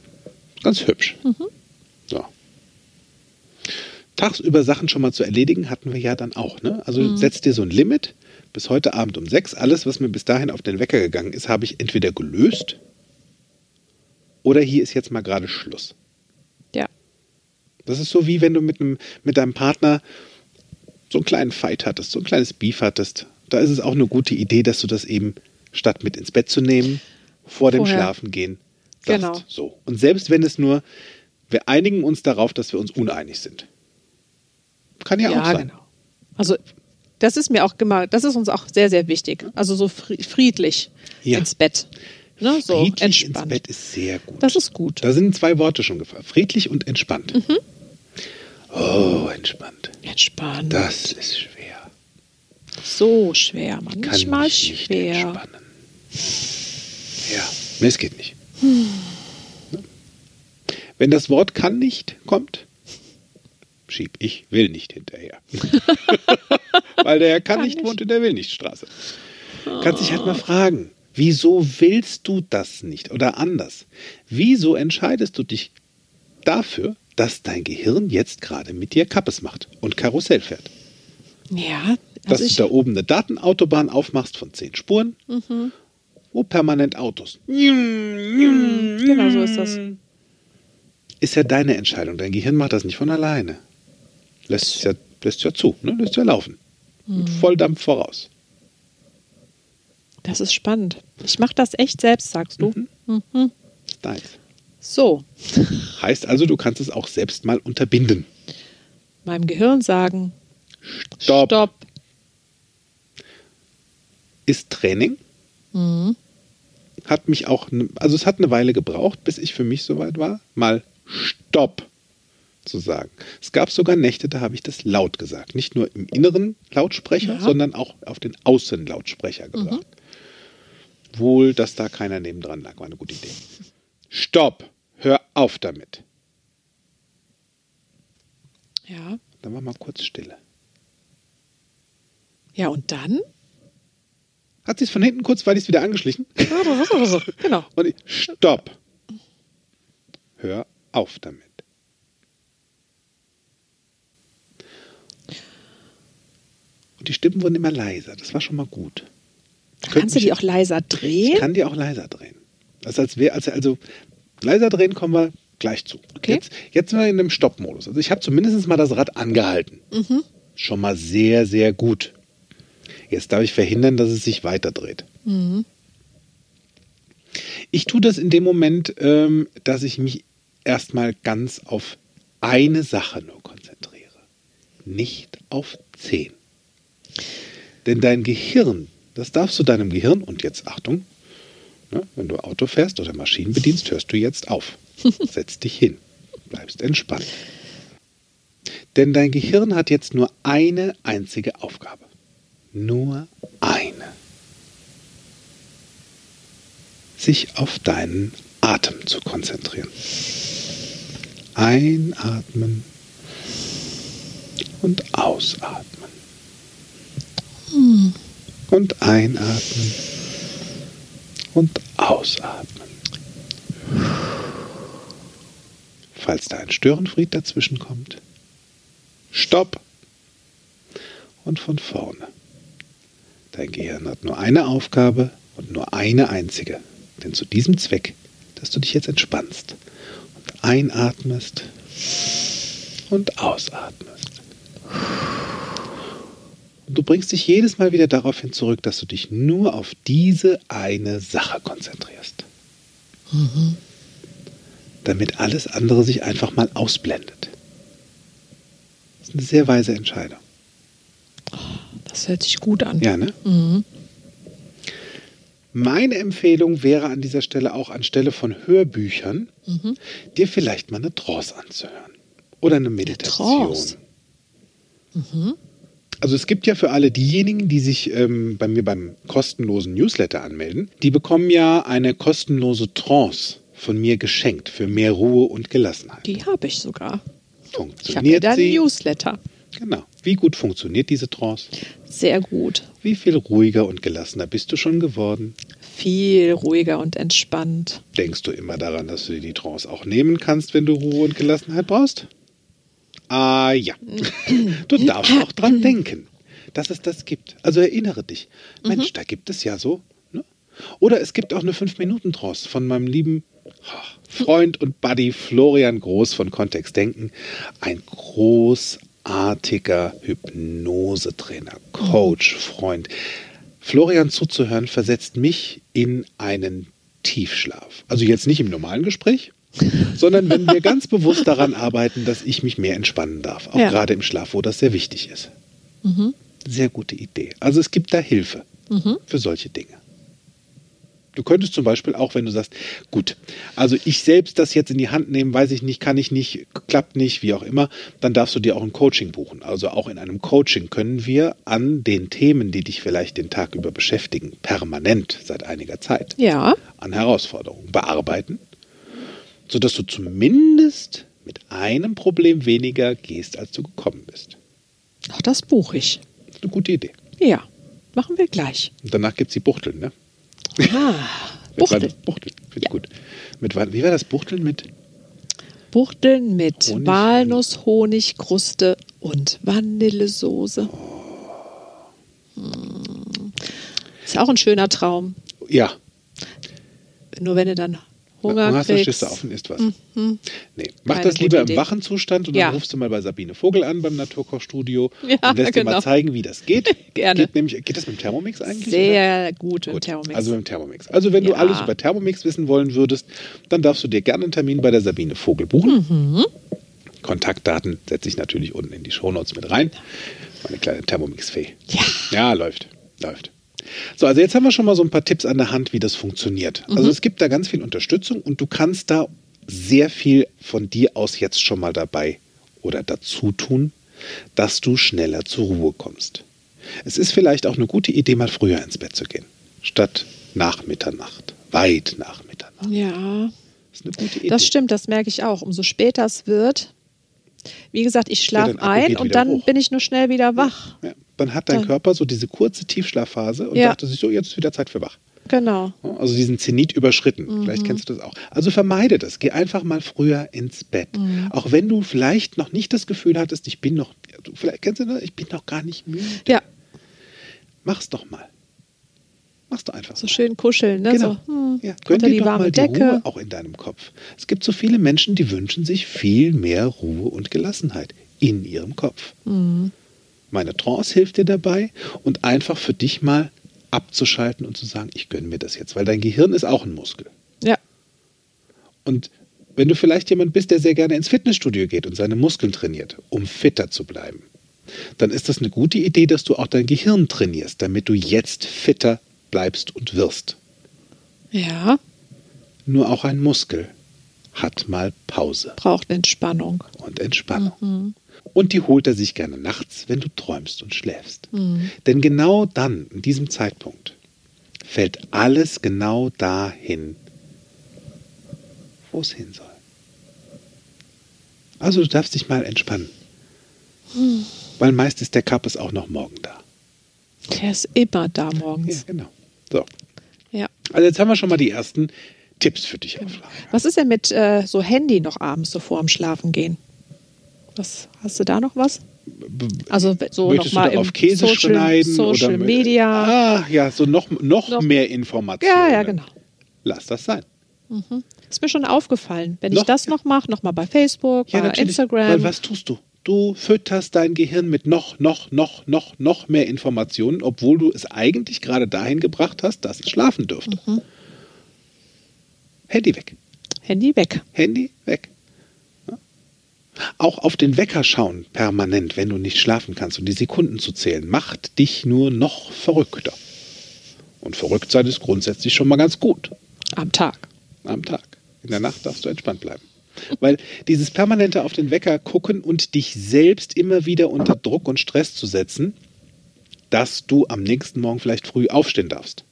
A: Ganz hübsch. So. Tagsüber Sachen schon mal zu erledigen, hatten wir ja dann auch. Ne? Also setzt dir so ein Limit. Bis heute Abend um sechs. Alles, was mir bis dahin auf den Wecker gegangen ist, habe ich entweder gelöst oder hier ist jetzt mal gerade Schluss.
B: Ja.
A: Das ist so wie wenn du mit, einem, mit deinem Partner so einen kleinen Fight hattest, so ein kleines Beef hattest. Da ist es auch eine gute Idee, dass du das eben statt mit ins Bett zu nehmen, vor dem
B: Vorher.
A: Schlafen gehen sagst.
B: Genau.
A: So. Und selbst wenn es nur, wir einigen uns darauf, dass wir uns uneinig sind. Kann ja,
B: Ja,
A: auch sein.
B: genau. Also das ist mir auch immer, das ist uns auch sehr, sehr wichtig. Also so fri- friedlich
A: Ja.
B: ins Bett. Ne? So
A: Friedlich
B: entspannt.
A: ins Bett ist sehr gut.
B: Das ist gut.
A: da sind zwei Worte schon gefallen. Friedlich und entspannt.
B: Mhm.
A: Oh, entspannt.
B: Entspannt.
A: Das ist schwer.
B: so schwer,
A: Kann
B: manchmal
A: mich nicht
B: schwer.
A: entspannen. Ja, nee, es geht nicht.
B: Hm.
A: Wenn das Wort kann nicht kommt, schieb ich will nicht
B: *laughs*
A: hinterher. Weil der kann,
B: Kann
A: nicht
B: nicht. Oh.
A: wohnt in der Will nicht Straße. Kannst dich halt mal fragen, wieso willst du das nicht? Oder anders, wieso entscheidest du dich dafür, dass dein Gehirn jetzt gerade mit dir Kappes macht und Karussell fährt?
B: Ja,
A: dass
B: also ich,
A: du da oben eine Datenautobahn aufmachst von zehn Spuren,
B: Mhm.
A: wo permanent Autos.
B: genau so ist das.
A: Ist ja deine Entscheidung. Dein Gehirn macht das nicht von alleine. Lässt es ja, lässt es ja zu, ne? lässt es ja laufen.
B: Mhm.
A: Mit Volldampf voraus.
B: Das ist spannend. Ich mache das echt selbst, sagst du. Mhm.
A: Ist Nice.
B: So,
A: Heißt also, du kannst es auch selbst mal unterbinden.
B: meinem Gehirn sagen,
A: Stopp.
B: stopp.
A: Ist Training. Hat mich auch, ne- also es hat eine Weile gebraucht, bis ich für mich soweit war, mal Stopp zu sagen. Es gab sogar Nächte, da habe ich das laut gesagt. Nicht nur im inneren Lautsprecher,
B: Ja.
A: sondern auch auf den Außenlautsprecher gebracht. Wohl, dass da keiner nebendran lag, war eine gute Idee. Stopp! Hör auf damit!
B: Ja.
A: Dann war mal kurz Stille.
B: ja, und dann? *laughs*
A: Hat sie es von hinten kurzweilig wieder angeschlichen?
B: genau.
A: Und ich, stopp. Hör auf damit. Und die Stimmen wurden immer leiser. Das war schon mal gut.
B: Kannst du die auch leiser
A: Ich
B: drehen?
A: kann die auch leiser drehen. Das ist, als wär, als, also leiser drehen kommen wir gleich zu.
B: Okay.
A: Jetzt, jetzt sind wir in einem Stopp-Modus. Also ich habe zumindest mal das Rad angehalten.
B: Mhm.
A: Schon mal sehr, sehr gut. Jetzt darf ich verhindern, dass es sich weiter dreht.
B: Mhm.
A: Ich tue das in dem Moment, ähm, dass ich mich erstmal ganz auf eine Sache nur konzentriere, nicht auf zehn. Denn dein Gehirn, das darfst du deinem Gehirn, und jetzt Achtung, ne, wenn du Auto fährst oder Maschinen bedienst, hörst du jetzt auf. Setz dich hin, bleibst entspannt. Denn dein Gehirn hat jetzt nur eine einzige Aufgabe. Nur eine. Sich auf deinen Atem zu konzentrieren. Einatmen und ausatmen. Und einatmen und ausatmen. Falls da ein Störenfried dazwischen kommt, Stopp! Und von vorne. Dein Gehirn hat nur eine Aufgabe und nur eine einzige. Denn zu diesem Zweck, dass du dich jetzt entspannst und einatmest und ausatmest. Und du bringst dich jedes Mal wieder darauf hin zurück, dass du dich nur auf diese eine Sache konzentrierst. Damit alles andere sich einfach mal ausblendet ist eine sehr weise Entscheidung.
B: Das hört sich gut an.
A: Ja, ne?
B: Mhm.
A: Meine Empfehlung wäre an dieser Stelle auch anstelle von Hörbüchern,
B: Mhm.
A: dir vielleicht mal eine Trance anzuhören. Oder eine Meditation.
B: Trance. Mhm.
A: Also es gibt ja für alle diejenigen, die sich ähm, bei mir beim kostenlosen Newsletter anmelden, die bekommen ja eine kostenlose Trance von mir geschenkt für mehr Ruhe und Gelassenheit.
B: Die habe ich sogar. Ich habe ja
A: Funktioniert
B: da einen
A: sie?
B: Newsletter.
A: Genau. Wie gut funktioniert diese Trance?
B: Sehr gut.
A: Wie viel ruhiger und gelassener bist du schon geworden?
B: Viel ruhiger und entspannt.
A: Denkst du immer daran, dass du dir die Trance auch nehmen kannst, wenn du Ruhe und Gelassenheit brauchst? Ah ja. Du darfst auch dran denken, dass es das gibt. Also erinnere dich. Mensch, da gibt es ja so. Ne? Oder es gibt auch eine 5-Minuten-Trance von meinem lieben Freund und Buddy Florian Groß von Kontext Denken. Ein großartiger Hypnosetrainer, Coach, Freund. Florian zuzuhören versetzt mich in einen Tiefschlaf. Also jetzt nicht im normalen Gespräch, sondern wenn wir ganz bewusst daran arbeiten, dass ich mich mehr entspannen darf. Auch
B: Ja.
A: gerade im Schlaf, wo das sehr wichtig ist. Sehr gute Idee. Also es gibt da Hilfe für solche Dinge. Du könntest zum Beispiel auch, wenn du sagst, gut, also ich selbst das jetzt in die Hand nehmen, weiß ich nicht, kann ich nicht, klappt nicht, wie auch immer, dann darfst du dir auch ein Coaching buchen. Also auch in einem Coaching können wir an den Themen, die dich vielleicht den Tag über beschäftigen, permanent seit einiger Zeit
B: Ja,
A: an Herausforderungen bearbeiten, sodass du zumindest mit einem Problem weniger gehst, als du gekommen bist.
B: auch das buche ich.
A: Das ist eine gute Idee.
B: Ja, machen wir gleich.
A: Und danach gibt es die Buchteln, ne?
B: Ah,
A: Mit
B: Buchteln.
A: Wein- Buchteln. Finde ich gut. Mit, Wein- wie war das Buchteln mit?
B: Buchteln mit
A: Honig.
B: Walnuss, Honig, Kruste und Vanillesoße.
A: Hm.
B: Mm. Ist auch ein schöner Traum.
A: Ja.
B: Nur wenn du dann Hunger
A: hast du
B: kriegst.
A: Schüsse auf und isst was. Nee, mach
B: Mhm. Keine
A: das
B: gute
A: lieber
B: Idee.
A: im wachen Zustand und dann
B: Ja.
A: rufst du mal bei Sabine Vogel an beim Naturkochstudio
B: *laughs* Ja,
A: und lässt dir mal
B: genau.
A: zeigen, wie das geht.
B: *laughs* Gerne.
A: Geht, nämlich, geht das mit dem Thermomix eigentlich? oder?
B: Sehr gut im
A: Gut,
B: Thermomix.
A: Also mit dem Thermomix. Also wenn du
B: Ja.
A: alles über Thermomix wissen wollen würdest, dann darfst du dir gerne einen Termin bei der Sabine Vogel buchen.
B: Mhm.
A: Kontaktdaten setze ich natürlich unten in die Shownotes mit rein. Meine kleine Thermomix-Fee.
B: Ja.
A: ja, läuft. Läuft. So, also jetzt haben wir schon mal so ein paar Tipps an der Hand, wie das funktioniert.
B: Mhm.
A: Also es gibt da ganz viel Unterstützung und du kannst da sehr viel von dir aus jetzt schon mal dabei oder dazu tun, dass du schneller zur Ruhe kommst. Es ist vielleicht auch eine gute Idee, mal früher ins Bett zu gehen, statt nach Mitternacht, weit nach Mitternacht.
B: ja,
A: Das ist eine gute Idee.
B: das stimmt, das merke ich auch. Umso später es wird, wie gesagt, ich
A: Ja,
B: schlafe
A: dein Akku
B: ein
A: geht
B: und
A: wieder
B: dann
A: hoch.
B: bin ich nur schnell wieder wach.
A: Ja, dann hat dein
B: Dann-
A: Körper so diese kurze Tiefschlafphase und
B: Ja.
A: dachte sich so, jetzt ist wieder Zeit für wach.
B: Genau.
A: Also diesen Zenit
B: Mhm.
A: überschritten. Vielleicht kennst du das auch. Also vermeide das. Geh einfach mal früher ins Bett.
B: Mhm.
A: Auch wenn du vielleicht noch nicht das Gefühl hattest, ich bin noch, du, vielleicht kennst du das, ich bin noch gar nicht müde.
B: Ja,
A: Mach's doch mal. Mach's doch einfach.
B: so schön kuscheln, ne?
A: Genau.
B: So, hm,
A: ja. Gönn
B: unter
A: dir
B: die
A: doch mal die
B: warme Decke.
A: Ruhe auch in deinem Kopf. Es gibt so viele Menschen, die wünschen sich viel mehr Ruhe und Gelassenheit in ihrem Kopf.
B: Mhm.
A: Meine Trance hilft dir dabei und einfach für dich mal abzuschalten und zu sagen, ich gönne mir das jetzt, weil dein Gehirn ist auch ein Muskel.
B: Ja,
A: Und Wenn du vielleicht jemand bist, der sehr gerne ins Fitnessstudio geht und seine Muskeln trainiert, um fitter zu bleiben, dann ist das eine gute Idee, dass du auch dein Gehirn trainierst, damit du jetzt fitter bleibst und wirst.
B: Ja,
A: Nur auch ein Muskel hat mal Pause
B: braucht Entspannung.
A: und Entspannung. Und die holt er sich gerne nachts, wenn du träumst und schläfst. Denn genau dann, in diesem Zeitpunkt, fällt alles genau dahin, wo es hin soll. Also du darfst dich mal entspannen. Weil meist ist der Kappes auch noch morgen da.
B: Der ist immer da
A: Ja,
B: morgens.
A: genau. So.
B: Ja.
A: Also jetzt haben wir schon mal die ersten Tipps für dich auf Lager.
B: Was ist denn mit äh, so Handy noch abends so vorm Schlafen gehen? Was hast du da noch was? Also so
A: Möchtest du
B: nochmal
A: darauf Käse
B: Social,
A: schneiden?
B: Social
A: oder mö-
B: Media.
A: Ah, ja, so noch, noch,
B: Noch-
A: mehr Informationen.
B: Ja, ja, genau.
A: Lass das sein.
B: Ist mir schon aufgefallen. Wenn
A: Noch-
B: ich das noch mache, nochmal bei Facebook,
A: Ja,
B: bei
A: natürlich.
B: Ah, Instagram.
A: Weil was tust du? Du fütterst dein Gehirn mit noch, noch, noch, noch, noch mehr Informationen, obwohl du es eigentlich gerade dahin gebracht hast, dass es schlafen dürfte.
B: Mhm.
A: Handy weg.
B: Handy weg.
A: Handy weg. Ja. Auch auf den Wecker schauen permanent, wenn du nicht schlafen kannst und die Sekunden zu zählen, macht dich nur noch verrückter. Und verrückt sein ist grundsätzlich schon mal ganz gut
B: Am Tag.
A: am Tag. In der Nacht darfst du entspannt bleiben. Weil dieses permanente auf den Wecker gucken und dich selbst immer wieder unter Druck und Stress zu setzen, dass du am nächsten Morgen vielleicht früh aufstehen darfst.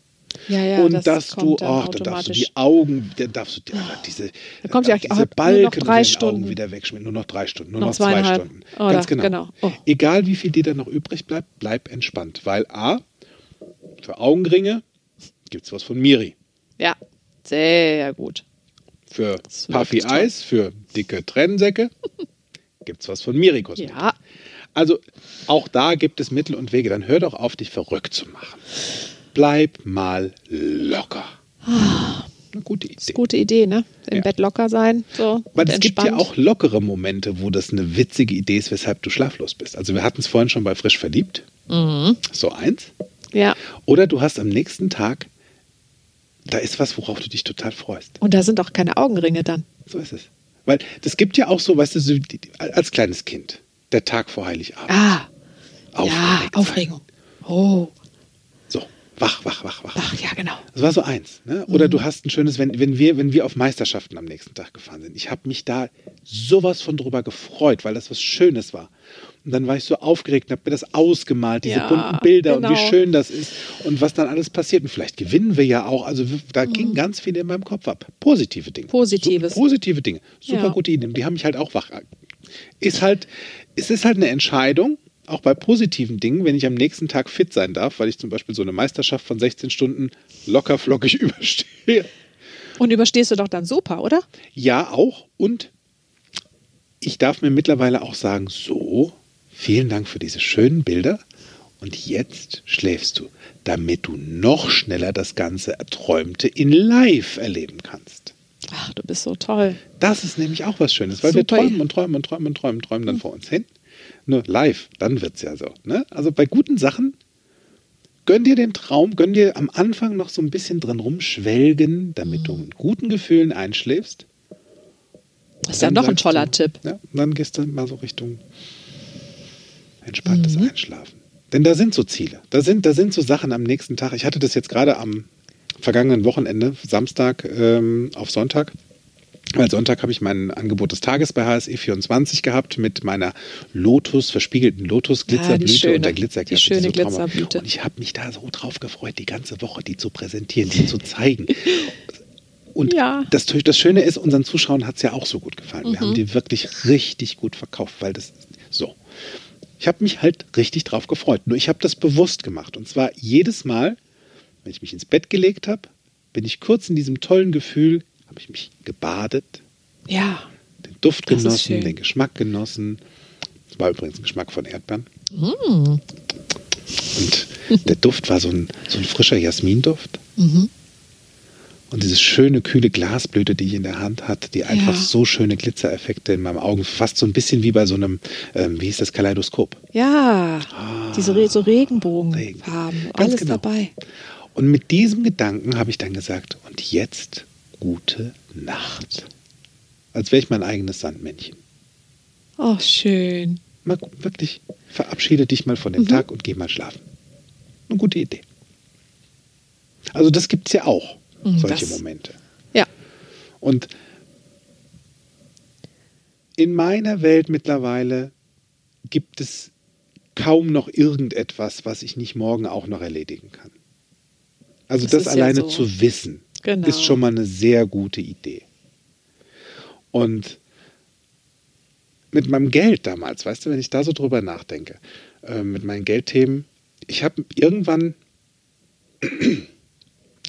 B: Ja, ja,
A: und
B: das
A: dass du,
B: kommt dann
A: ach, dann darfst du
B: automatisch.
A: die Augen, dann darfst du dir diese, ah,
B: Da kommt ja
A: diese
B: auch nur noch
A: Balken
B: drei
A: in den Augen
B: Stunden.
A: wieder wegschmieren. Nur noch drei Stunden, nur noch,
B: Noch
A: zwei
B: zweieinhalb.
A: Stunden.
B: Oder,
A: Ganz genau.
B: genau. Oh.
A: Egal wie viel dir dann noch übrig bleibt, bleib entspannt. Weil A, für Augenringe gibt's was von Miri.
B: Ja, sehr gut.
A: Für
B: Das wirkt
A: Puffy
B: toll.
A: Eis, für dicke
B: *laughs*
A: Trennsäcke gibt es was von Miri Kosmetik.
B: Ja,
A: Also auch da gibt es Mittel und Wege. Dann hör doch auf, dich verrückt zu machen. Bleib mal locker.
B: Ah.
A: Eine gute Idee.
B: ist gute Idee, ne? Im
A: Ja.
B: Bett locker sein, so
A: Weil
B: und
A: es gibt
B: entspannt.
A: ja auch lockere Momente, wo das eine witzige Idee ist, weshalb du schlaflos bist. Also wir hatten es vorhin schon bei Frisch verliebt.
B: Mhm.
A: So eins.
B: Ja,
A: Oder du hast am nächsten Tag, da ist was, worauf du dich total freust.
B: und da sind auch keine Augenringe dann.
A: So ist es. Weil das gibt ja auch so, weißt du, so, die- die- als kleines Kind, der Tag vor Heiligabend.
B: Ah, ja,
A: Aufgeregt sein.
B: Aufregung. Oh,
A: So, wach, wach, wach, wach.
B: ach ja, genau.
A: Das war so eins. Ne? Oder
B: Mhm.
A: du hast ein schönes, wenn, wenn, wir, wenn wir auf Meisterschaften am nächsten Tag gefahren sind. Ich habe mich da sowas von drüber gefreut, weil das was Schönes war. Und dann war ich so aufgeregt und habe mir das ausgemalt, diese
B: Ja,
A: bunten Bilder und wie
B: genau.
A: schön das ist und was dann alles passiert. Und vielleicht gewinnen wir ja auch. Also wir- da ging ganz viel in meinem Kopf ab. Positive Dinge.
B: Mhm. Positives.
A: So, positive Dinge. Super
B: Ja.
A: gute Ideen. Die haben mich halt auch wach. Ist halt, es ist halt eine Entscheidung, auch bei positiven Dingen, wenn ich am nächsten Tag fit sein darf, weil ich zum Beispiel so eine Meisterschaft von 16 Stunden locker flockig *laughs* überstehe.
B: Und überstehst du doch dann super, oder?
A: Ja, auch. Und ich darf mir mittlerweile auch sagen, so, vielen Dank für diese schönen Bilder. Und jetzt schläfst du, damit du noch schneller das ganze Erträumte in Live erleben kannst.
B: Ach, du bist so toll.
A: Das ist nämlich auch was Schönes, weil wir
B: Super.
A: träumen und träumen und träumen und träumen, träumen dann vor uns hin. Nur live, dann wird es ja so. Ne? Also bei guten Sachen, gönn dir den Traum, gönn dir am Anfang noch so ein bisschen drin rumschwelgen, damit du mit guten Gefühlen einschläfst.
B: Das ist ja noch ein
A: sagst
B: toller
A: du,
B: Tipp.
A: Ja, und dann gehst du mal so Richtung entspanntes
B: Mhm.
A: Einschlafen. Denn da sind so Ziele. Da sind, da sind so Sachen am nächsten Tag. Ich hatte das jetzt gerade am vergangenen Wochenende, Samstag ähm, auf Sonntag. Weil Sonntag habe ich mein Angebot des Tages bei HSE24 gehabt mit meiner Lotus, verspiegelten Lotus,
B: Ah, die
A: Glitzerblüte
B: schöne,
A: und der
B: die
A: Glitzerkerze.
B: schöne
A: so traumhaft.
B: Glitzerblüte.
A: Und ich habe mich da so drauf gefreut, die ganze Woche die zu präsentieren, die zu
B: *laughs*
A: zeigen. Und
B: Ja.
A: das, das Schöne ist, unseren Zuschauern hat es ja auch so gut gefallen. Wir haben die wirklich richtig gut verkauft, weil das so. Ich habe mich halt richtig drauf gefreut. Nur ich habe das bewusst gemacht. Und zwar jedes Mal, wenn ich mich ins Bett gelegt habe, bin ich kurz in diesem tollen Gefühl, habe ich mich gebadet,
B: Ja.
A: den Duft
B: Das ist
A: genossen,
B: schön.
A: den Geschmack genossen. Das war übrigens ein Geschmack von Erdbeeren. Und der Duft war so ein, so ein frischer Jasminduft. Und diese schöne, kühle Glasblüte, die ich in der Hand hatte, die einfach
B: Ja.
A: so schöne Glitzereffekte in meinen Augen, fast so ein bisschen wie bei so einem, ähm, wie hieß das, Kaleidoskop.
B: Ja, diese Re so Regenbogenfarben,
A: Regen. Ah. Ganz
B: alles
A: genau.
B: dabei.
A: Und mit diesem Gedanken habe ich dann gesagt, und jetzt gute Nacht. als wäre ich mein eigenes Sandmännchen.
B: Oh, schön.
A: Mal gu- wirklich, verabschiede dich mal von
B: Mhm.
A: dem Tag und geh mal schlafen. Eine gute Idee. Also das gibt es ja auch,
B: Mhm,
A: solche
B: das-
A: Momente.
B: Ja.
A: Und in meiner Welt mittlerweile gibt es kaum noch irgendetwas, was ich nicht morgen auch noch erledigen kann. Also das,
B: Das ist ja
A: alleine
B: so.
A: zu wissen,
B: Genau.
A: ist schon mal eine sehr gute Idee. Und mit meinem Geld damals, weißt du, wenn ich da so drüber nachdenke, äh, mit meinen Geldthemen, ich habe irgendwann,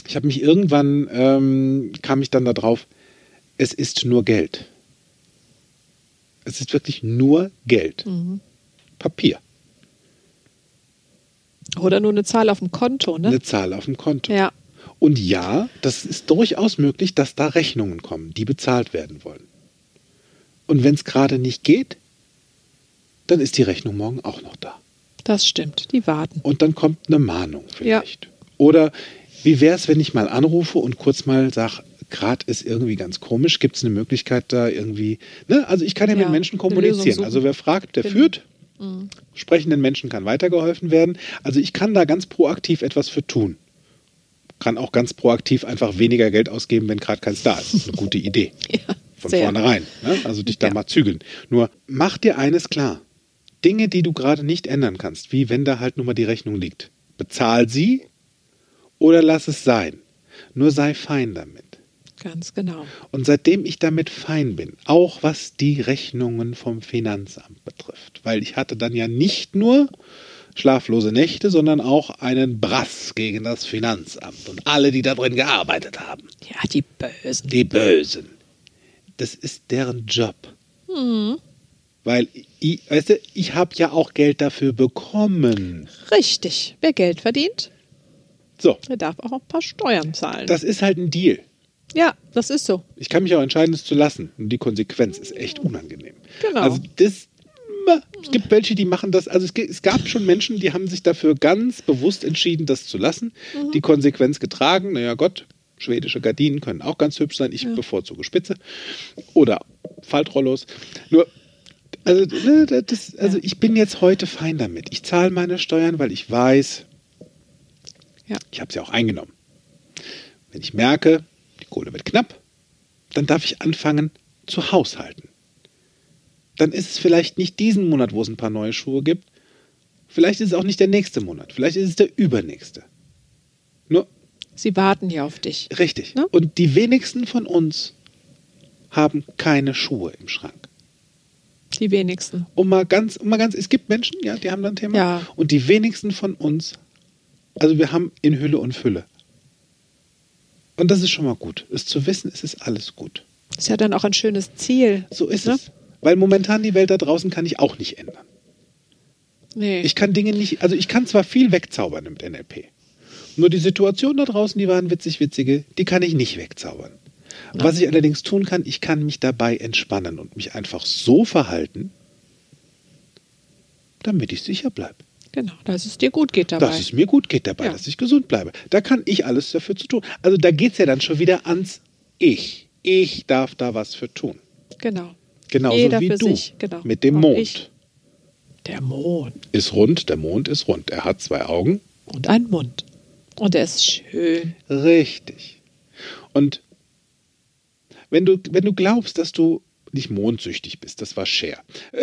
A: ich habe mich irgendwann, ähm, kam ich dann darauf, es ist nur Geld. Es ist wirklich nur Geld.
B: Hm.
A: Papier,
B: Oder nur eine Zahl auf dem Konto, ne?
A: eine Zahl auf dem Konto.
B: Ja.
A: Und ja, das ist durchaus möglich, dass da Rechnungen kommen, die bezahlt werden wollen. Und wenn es gerade nicht geht, dann ist die Rechnung morgen auch noch da.
B: Das stimmt. Die warten.
A: Und dann kommt eine Mahnung vielleicht. Oder wie wäre es, wenn ich mal anrufe und kurz mal sage, gerade ist irgendwie ganz komisch, gibt es eine Möglichkeit da irgendwie. Ne? Also ich kann ja,
B: Ja,
A: mit Menschen
B: eine Lösung
A: kommunizieren.
B: suchen.
A: Also wer fragt, der
B: Genau.
A: führt. Sprechenden Menschen kann weitergeholfen werden. Also ich kann da ganz proaktiv etwas für tun. Kann auch ganz proaktiv einfach weniger Geld ausgeben, wenn gerade keins da ist. Das ist eine gute
B: *laughs*
A: Idee. Von
B: sehr.
A: vornherein. Ne? Also dich da
B: Ja.
A: mal zügeln. Nur mach dir eines klar. Dinge, die du gerade nicht ändern kannst, wie wenn da halt nur mal die Rechnung liegt. Bezahl sie oder lass es sein. Nur sei fein damit.
B: Ganz genau.
A: Und seitdem ich damit fein bin, auch was die Rechnungen vom Finanzamt betrifft, weil ich hatte dann ja nicht nur schlaflose Nächte, sondern auch einen Brass gegen das Finanzamt und alle, die da drin gearbeitet haben.
B: Ja, die Bösen.
A: Die Bösen. Das ist deren Job. Weil, ich, weißt du, ich habe ja auch Geld dafür bekommen.
B: Richtig. Wer Geld verdient,
A: So,
B: der darf auch ein paar Steuern zahlen.
A: das ist halt ein Deal.
B: ja, das ist so.
A: Ich kann mich auch entscheiden, es zu lassen. Und die Konsequenz ist echt unangenehm.
B: Genau.
A: Also das. mh, Es gibt welche, die machen das. Also es, ge- es gab schon Menschen, die haben sich dafür ganz bewusst entschieden, das zu lassen. Die Konsequenz getragen. Naja, Gott, schwedische Gardinen können auch ganz hübsch sein. Ich bevorzuge Spitze. Oder Faltrollos. Nur. Also, ne, das, also ich bin jetzt heute fein damit. Ich zahle meine Steuern, weil ich weiß,
B: Ja.
A: ich habe sie auch eingenommen. Wenn ich merke, die Kohle wird knapp, dann darf ich anfangen zu haushalten. Dann ist es vielleicht nicht diesen Monat, wo es ein paar neue Schuhe gibt. Vielleicht ist es auch nicht der nächste Monat. Vielleicht ist es der übernächste. Nur
B: Sie warten hier auf dich.
A: richtig.
B: Ne?
A: Und die wenigsten von uns haben keine Schuhe im Schrank.
B: Die wenigsten.
A: Um mal ganz, um mal ganz, es gibt Menschen, ja, die haben da ein Thema.
B: Ja.
A: Und die wenigsten von uns, also wir haben in Hülle und Fülle. Und das ist schon mal gut. Es zu wissen, es ist alles gut.
B: Ist ja dann auch ein schönes Ziel.
A: So ist
B: ne?
A: es. Weil momentan die Welt da draußen kann ich auch nicht ändern.
B: Nee.
A: Ich kann Dinge nicht, also ich kann zwar viel wegzaubern im NLP. Nur die Situation da draußen, die waren witzig, witzige, die kann ich nicht wegzaubern. Was ich allerdings tun kann, ich kann mich dabei entspannen und mich einfach so verhalten, damit ich sicher bleibe.
B: genau, dass es dir gut geht dabei.
A: Dass es mir gut geht dabei,
B: Ja.
A: dass ich gesund bleibe. Da kann ich alles dafür zu tun. Also da geht es ja dann schon wieder ans Ich. Ich darf da was für tun.
B: genau.
A: Genauso
B: Jeder
A: wie
B: für
A: du
B: sich. Genau.
A: mit dem
B: Und
A: Mond.
B: ich. Der Mond.
A: ist rund, der Mond ist rund. Er hat zwei Augen.
B: Und ein Mund. Und er ist schön.
A: Richtig. Und wenn du, wenn du glaubst, dass du nicht mondsüchtig bist, das war Cher. *laughs*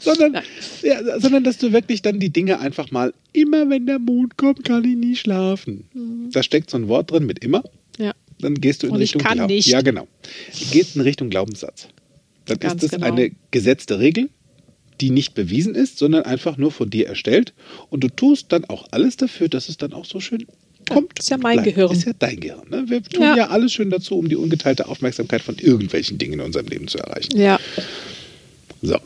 A: sondern, ja, sondern dass du wirklich dann die Dinge einfach mal, immer wenn der Mond kommt, kann ich nie schlafen. Da steckt so ein Wort drin mit immer.
B: Ja.
A: Dann gehst du in
B: Und ich
A: Richtung
B: kann
A: Glaub-
B: nicht.
A: Ja, genau. Du gehst in Richtung Glaubenssatz. Dann
B: Ganz
A: ist das
B: genau.
A: eine gesetzte Regel, die nicht bewiesen ist, sondern einfach nur von dir erstellt. Und du tust dann auch alles dafür, dass es dann auch so schön kommt.
B: ist ja
A: und
B: mein
A: bleibt.
B: Gehirn.
A: Ist ja dein Gehirn. Ne? Wir tun ja.
B: Ja.
A: alles schön dazu, um die ungeteilte Aufmerksamkeit von irgendwelchen Dingen in unserem Leben zu erreichen.
B: Ja.
A: So.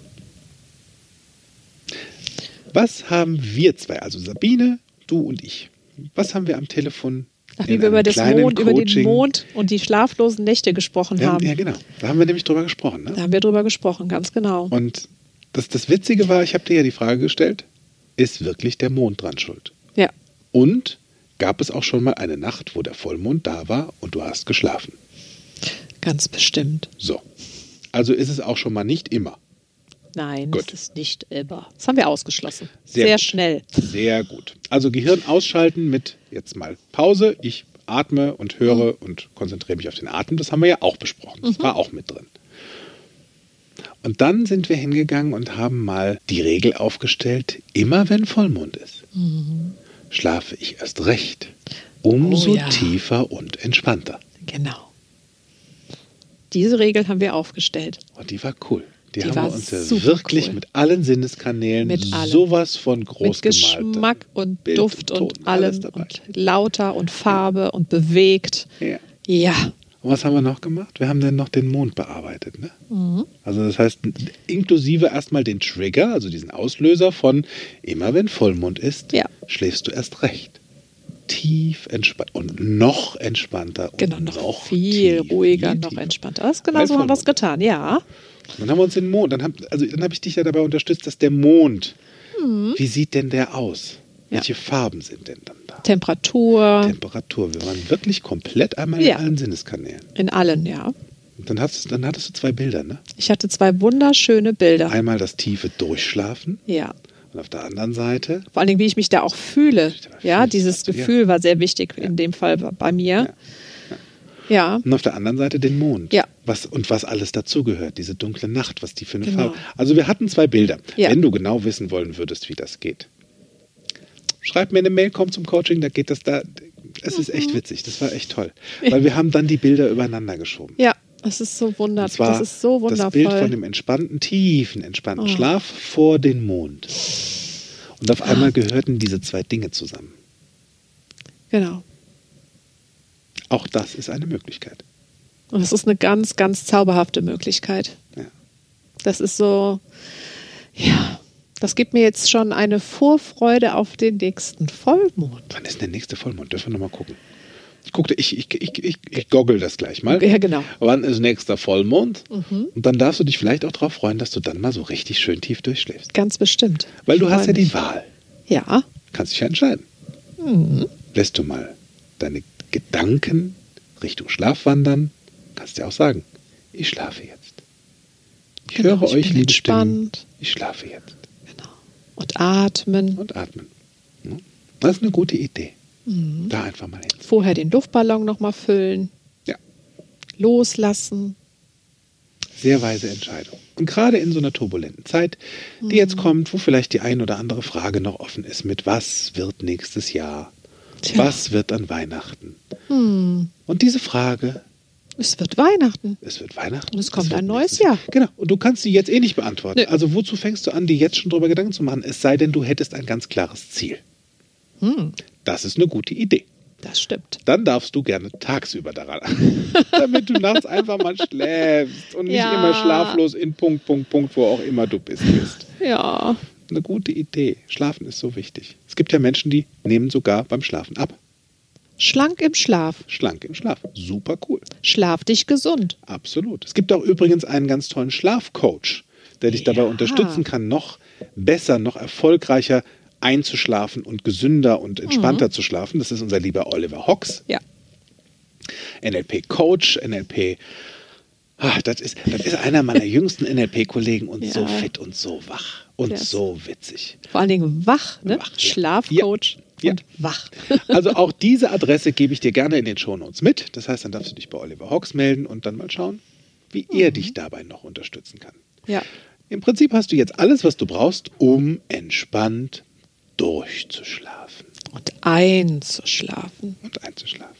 A: Was haben wir zwei, also Sabine, du und ich, was haben wir am Telefon? in
B: Ach, wie wir über
A: einem
B: das
A: kleinen
B: Mond, über den
A: Coaching-
B: Mond und die schlaflosen Nächte gesprochen
A: Ja,
B: haben.
A: ja, genau. Da haben wir nämlich drüber gesprochen. Ne?
B: Da haben wir drüber gesprochen, ganz genau.
A: Und das, das Witzige war, ich habe dir ja die Frage gestellt, ist wirklich der Mond dran schuld?
B: Ja.
A: Und Gab es auch schon mal eine Nacht, wo der Vollmond da war und du hast geschlafen?
B: Ganz bestimmt.
A: So. Also ist es auch schon mal nicht immer.
B: Nein,
A: Gut.
B: das ist nicht immer. Das haben wir ausgeschlossen.
A: Sehr
B: Sehr,
A: gut.
B: schnell.
A: Sehr gut. Also Gehirn ausschalten mit jetzt mal Pause. Ich atme und höre und konzentriere mich auf den Atem. Das haben wir ja auch besprochen.
B: Mhm.
A: Das war auch mit drin. Und dann sind wir hingegangen und haben mal die Regel aufgestellt, immer wenn Vollmond ist, schlafe ich erst recht. Umso
B: Mhm. Oh ja.
A: tiefer und entspannter.
B: Genau. Diese Regel haben wir aufgestellt.
A: Und die war cool. Die,
B: Die
A: haben
B: war
A: wir uns ja
B: super
A: wirklich
B: cool.
A: mit allen Sinneskanälen
B: Mit allem.
A: sowas von groß
B: Mit Geschmack
A: gemalt.
B: und
A: Bild
B: Duft und,
A: Ton, alles
B: allem
A: dabei.
B: und lauter und Farbe und bewegt.
A: Ja.
B: Ja,
A: Und was haben wir noch gemacht? Wir haben dann noch den Mond bearbeitet. Ne?
B: Mhm.
A: Also das heißt, inklusive erstmal den Trigger, also diesen Auslöser von immer wenn Vollmond ist,
B: Ja.
A: schläfst du erst recht. Tief entspannt und noch entspannter. Und
B: genau, noch, viel
A: tief-
B: ruhiger,
A: viel
B: noch
A: tiefer.
B: entspannter. Das genau
A: Weil
B: so haben wir es
A: Vollmond.
B: getan, ja.
A: Dann haben wir uns den Mond, dann habe also, dann hab ich dich ja dabei unterstützt, dass der Mond, wie sieht denn der aus?
B: Mhm. Ja.
A: Welche Farben sind denn dann da?
B: Temperatur
A: Temperatur. Wir waren wirklich komplett einmal
B: Ja.
A: in allen Sinneskanälen.
B: in allen, ja.
A: Und dann, hast, dann hattest du zwei Bilder, ne?
B: Ich hatte zwei wunderschöne Bilder.
A: Einmal das tiefe Durchschlafen
B: Ja.
A: und auf der anderen Seite
B: Vor allen Dingen, wie ich mich da auch fühle. Ja, dieses
A: Ja. Hm.
B: Gefühl war sehr wichtig in dem Fall bei mir. Ja.
A: und auf der anderen Seite den Mond.
B: Ja.
A: Was, und was alles dazugehört, diese dunkle Nacht, was die für eine
B: Genau.
A: Farbe. Also wir hatten zwei Bilder.
B: Ja.
A: Wenn du genau wissen wollen würdest, wie das geht. Schreib mir eine Mail, komm zum Coaching, da geht das da. Es ist
B: Mhm.
A: echt witzig, das war echt toll. Weil wir haben dann die Bilder übereinander geschoben.
B: Ja, es ist so
A: Und
B: wunderbar.
A: zwar
B: Das ist so wundervoll. Oh.
A: Das Bild von dem entspannten, tiefen, entspannten Schlaf vor den Mond. Und auf
B: Ah.
A: einmal gehörten diese zwei Dinge zusammen.
B: genau.
A: Auch das ist eine Möglichkeit.
B: Und es ist eine ganz, ganz zauberhafte Möglichkeit.
A: Ja.
B: Das ist so, ja, das gibt mir jetzt schon eine Vorfreude auf den nächsten Vollmond.
A: Wann ist denn der nächste Vollmond? Dürfen wir nochmal gucken. Ich guckte, ich, ich, ich, ich, ich goggle das gleich mal.
B: Ja, genau. Mhm.
A: Wann ist nächster Vollmond? Und dann darfst du dich vielleicht auch darauf freuen, dass du dann mal so richtig schön tief durchschläfst.
B: Ganz bestimmt.
A: Weil du
B: Ich
A: hast
B: freu
A: ja die
B: mich.
A: Wahl.
B: Ja,
A: Kannst dich ja entscheiden.
B: Mhm.
A: Lässt du mal deine Gedanken Richtung Schlaf wandern, kannst dir auch sagen, ich schlafe jetzt. Ich
B: Genau,
A: höre
B: ich
A: euch,
B: bin
A: liebe Stimmen,
B: entspannt.
A: ich schlafe jetzt.
B: genau. Und atmen.
A: Und atmen. Ja? Das ist eine gute Idee.
B: Mhm.
A: Da einfach mal hin.
B: Vorher den Luftballon nochmal füllen.
A: Ja.
B: Loslassen.
A: Sehr weise Entscheidung. Und gerade in so einer turbulenten Zeit, die
B: Mhm.
A: jetzt kommt, wo vielleicht die ein oder andere Frage noch offen ist mit was wird nächstes Jahr?
B: Tja. Hm.
A: Was wird an Weihnachten? Und diese Frage,
B: Es wird Weihnachten.
A: es wird Weihnachten.
B: Und es kommt
A: wird
B: ein neues
A: nächstes
B: Jahr.
A: Genau. Und du kannst die jetzt eh nicht beantworten.
B: Nö.
A: Also wozu fängst du an, dir jetzt schon darüber Gedanken zu machen? Es sei denn, du hättest ein ganz klares Ziel.
B: Hm.
A: Das ist eine gute Idee.
B: Das stimmt.
A: Dann darfst du gerne tagsüber daran, *laughs* damit du nachts einfach mal schläfst und nicht
B: Ja.
A: immer schlaflos in Punkt, Punkt, Punkt, wo auch immer du bist. bist.
B: Ja.
A: Eine gute Idee. Schlafen ist so wichtig. Es gibt ja Menschen, die nehmen sogar beim Schlafen ab.
B: Schlank im Schlaf.
A: Schlank im Schlaf. Super cool.
B: Schlaf dich gesund.
A: Absolut. Es gibt auch übrigens einen ganz tollen Schlafcoach, der dich dabei
B: Ja.
A: unterstützen kann, noch besser, noch erfolgreicher einzuschlafen und gesünder und
B: Mhm.
A: entspannter zu schlafen. Das ist unser lieber Oliver Hocks.
B: Ja.
A: NLP-Coach, NLP. Ah, das, ist, das ist einer meiner jüngsten NLP-Kollegen und so
B: Ja.
A: fit und so wach und
B: Der ist-
A: so witzig.
B: Vor allen Dingen wach, ne?
A: Wach, ja.
B: Schlafcoach
A: Ja.
B: und wach.
A: Also auch diese Adresse gebe ich dir gerne in den Shownotes mit. Das heißt, dann darfst du dich bei Oliver Hawks melden und dann mal schauen, wie er dich dabei noch unterstützen kann.
B: Ja.
A: Im Prinzip hast du jetzt alles, was du brauchst, um entspannt durchzuschlafen
B: Und einzuschlafen.
A: und einzuschlafen.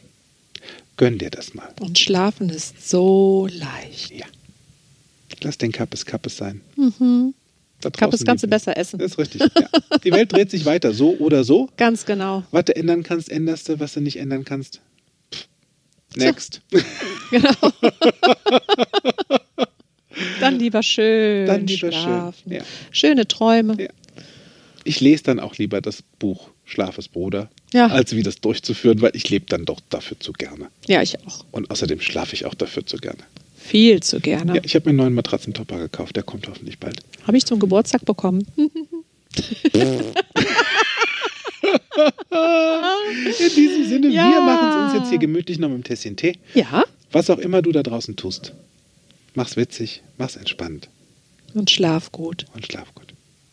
A: Gönn dir das mal.
B: Und schlafen ist so leicht.
A: Ja. Lass den Kappes Kappes sein. Da
B: Mhm. Kappes
A: draußen
B: kannst du
A: liegt nichts.
B: besser essen.
A: Das ist richtig. Ja. Die Welt dreht sich weiter, so oder so.
B: Ganz genau.
A: Was du ändern kannst, änderst du. Was du nicht ändern kannst, pff, next.
B: Dann lieber schön
A: Dann lieber schön,
B: schlafen.
A: ja.
B: Schöne Träume.
A: Ja. Ich lese dann auch lieber das Buch Schlafes Bruder,
B: Ja.
A: als wie das durchzuführen, weil ich lebe dann doch dafür zu gerne.
B: Ja, ich auch.
A: Und außerdem schlafe ich auch dafür zu gerne.
B: Viel zu gerne.
A: Ja, ich habe mir einen neuen Matratzentopper gekauft, der kommt hoffentlich bald.
B: Habe ich zum Geburtstag bekommen.
D: In diesem Sinne,
B: Ja.
D: wir machen es uns jetzt hier gemütlich noch mit dem Tässchen Tee.
B: Ja,
D: Was auch immer du da draußen tust, mach's witzig, mach's entspannt
B: und schlaf gut.
D: und schlaf gut.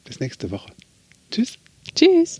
D: Bis nächste Woche. Tschüss.
B: Tschüss.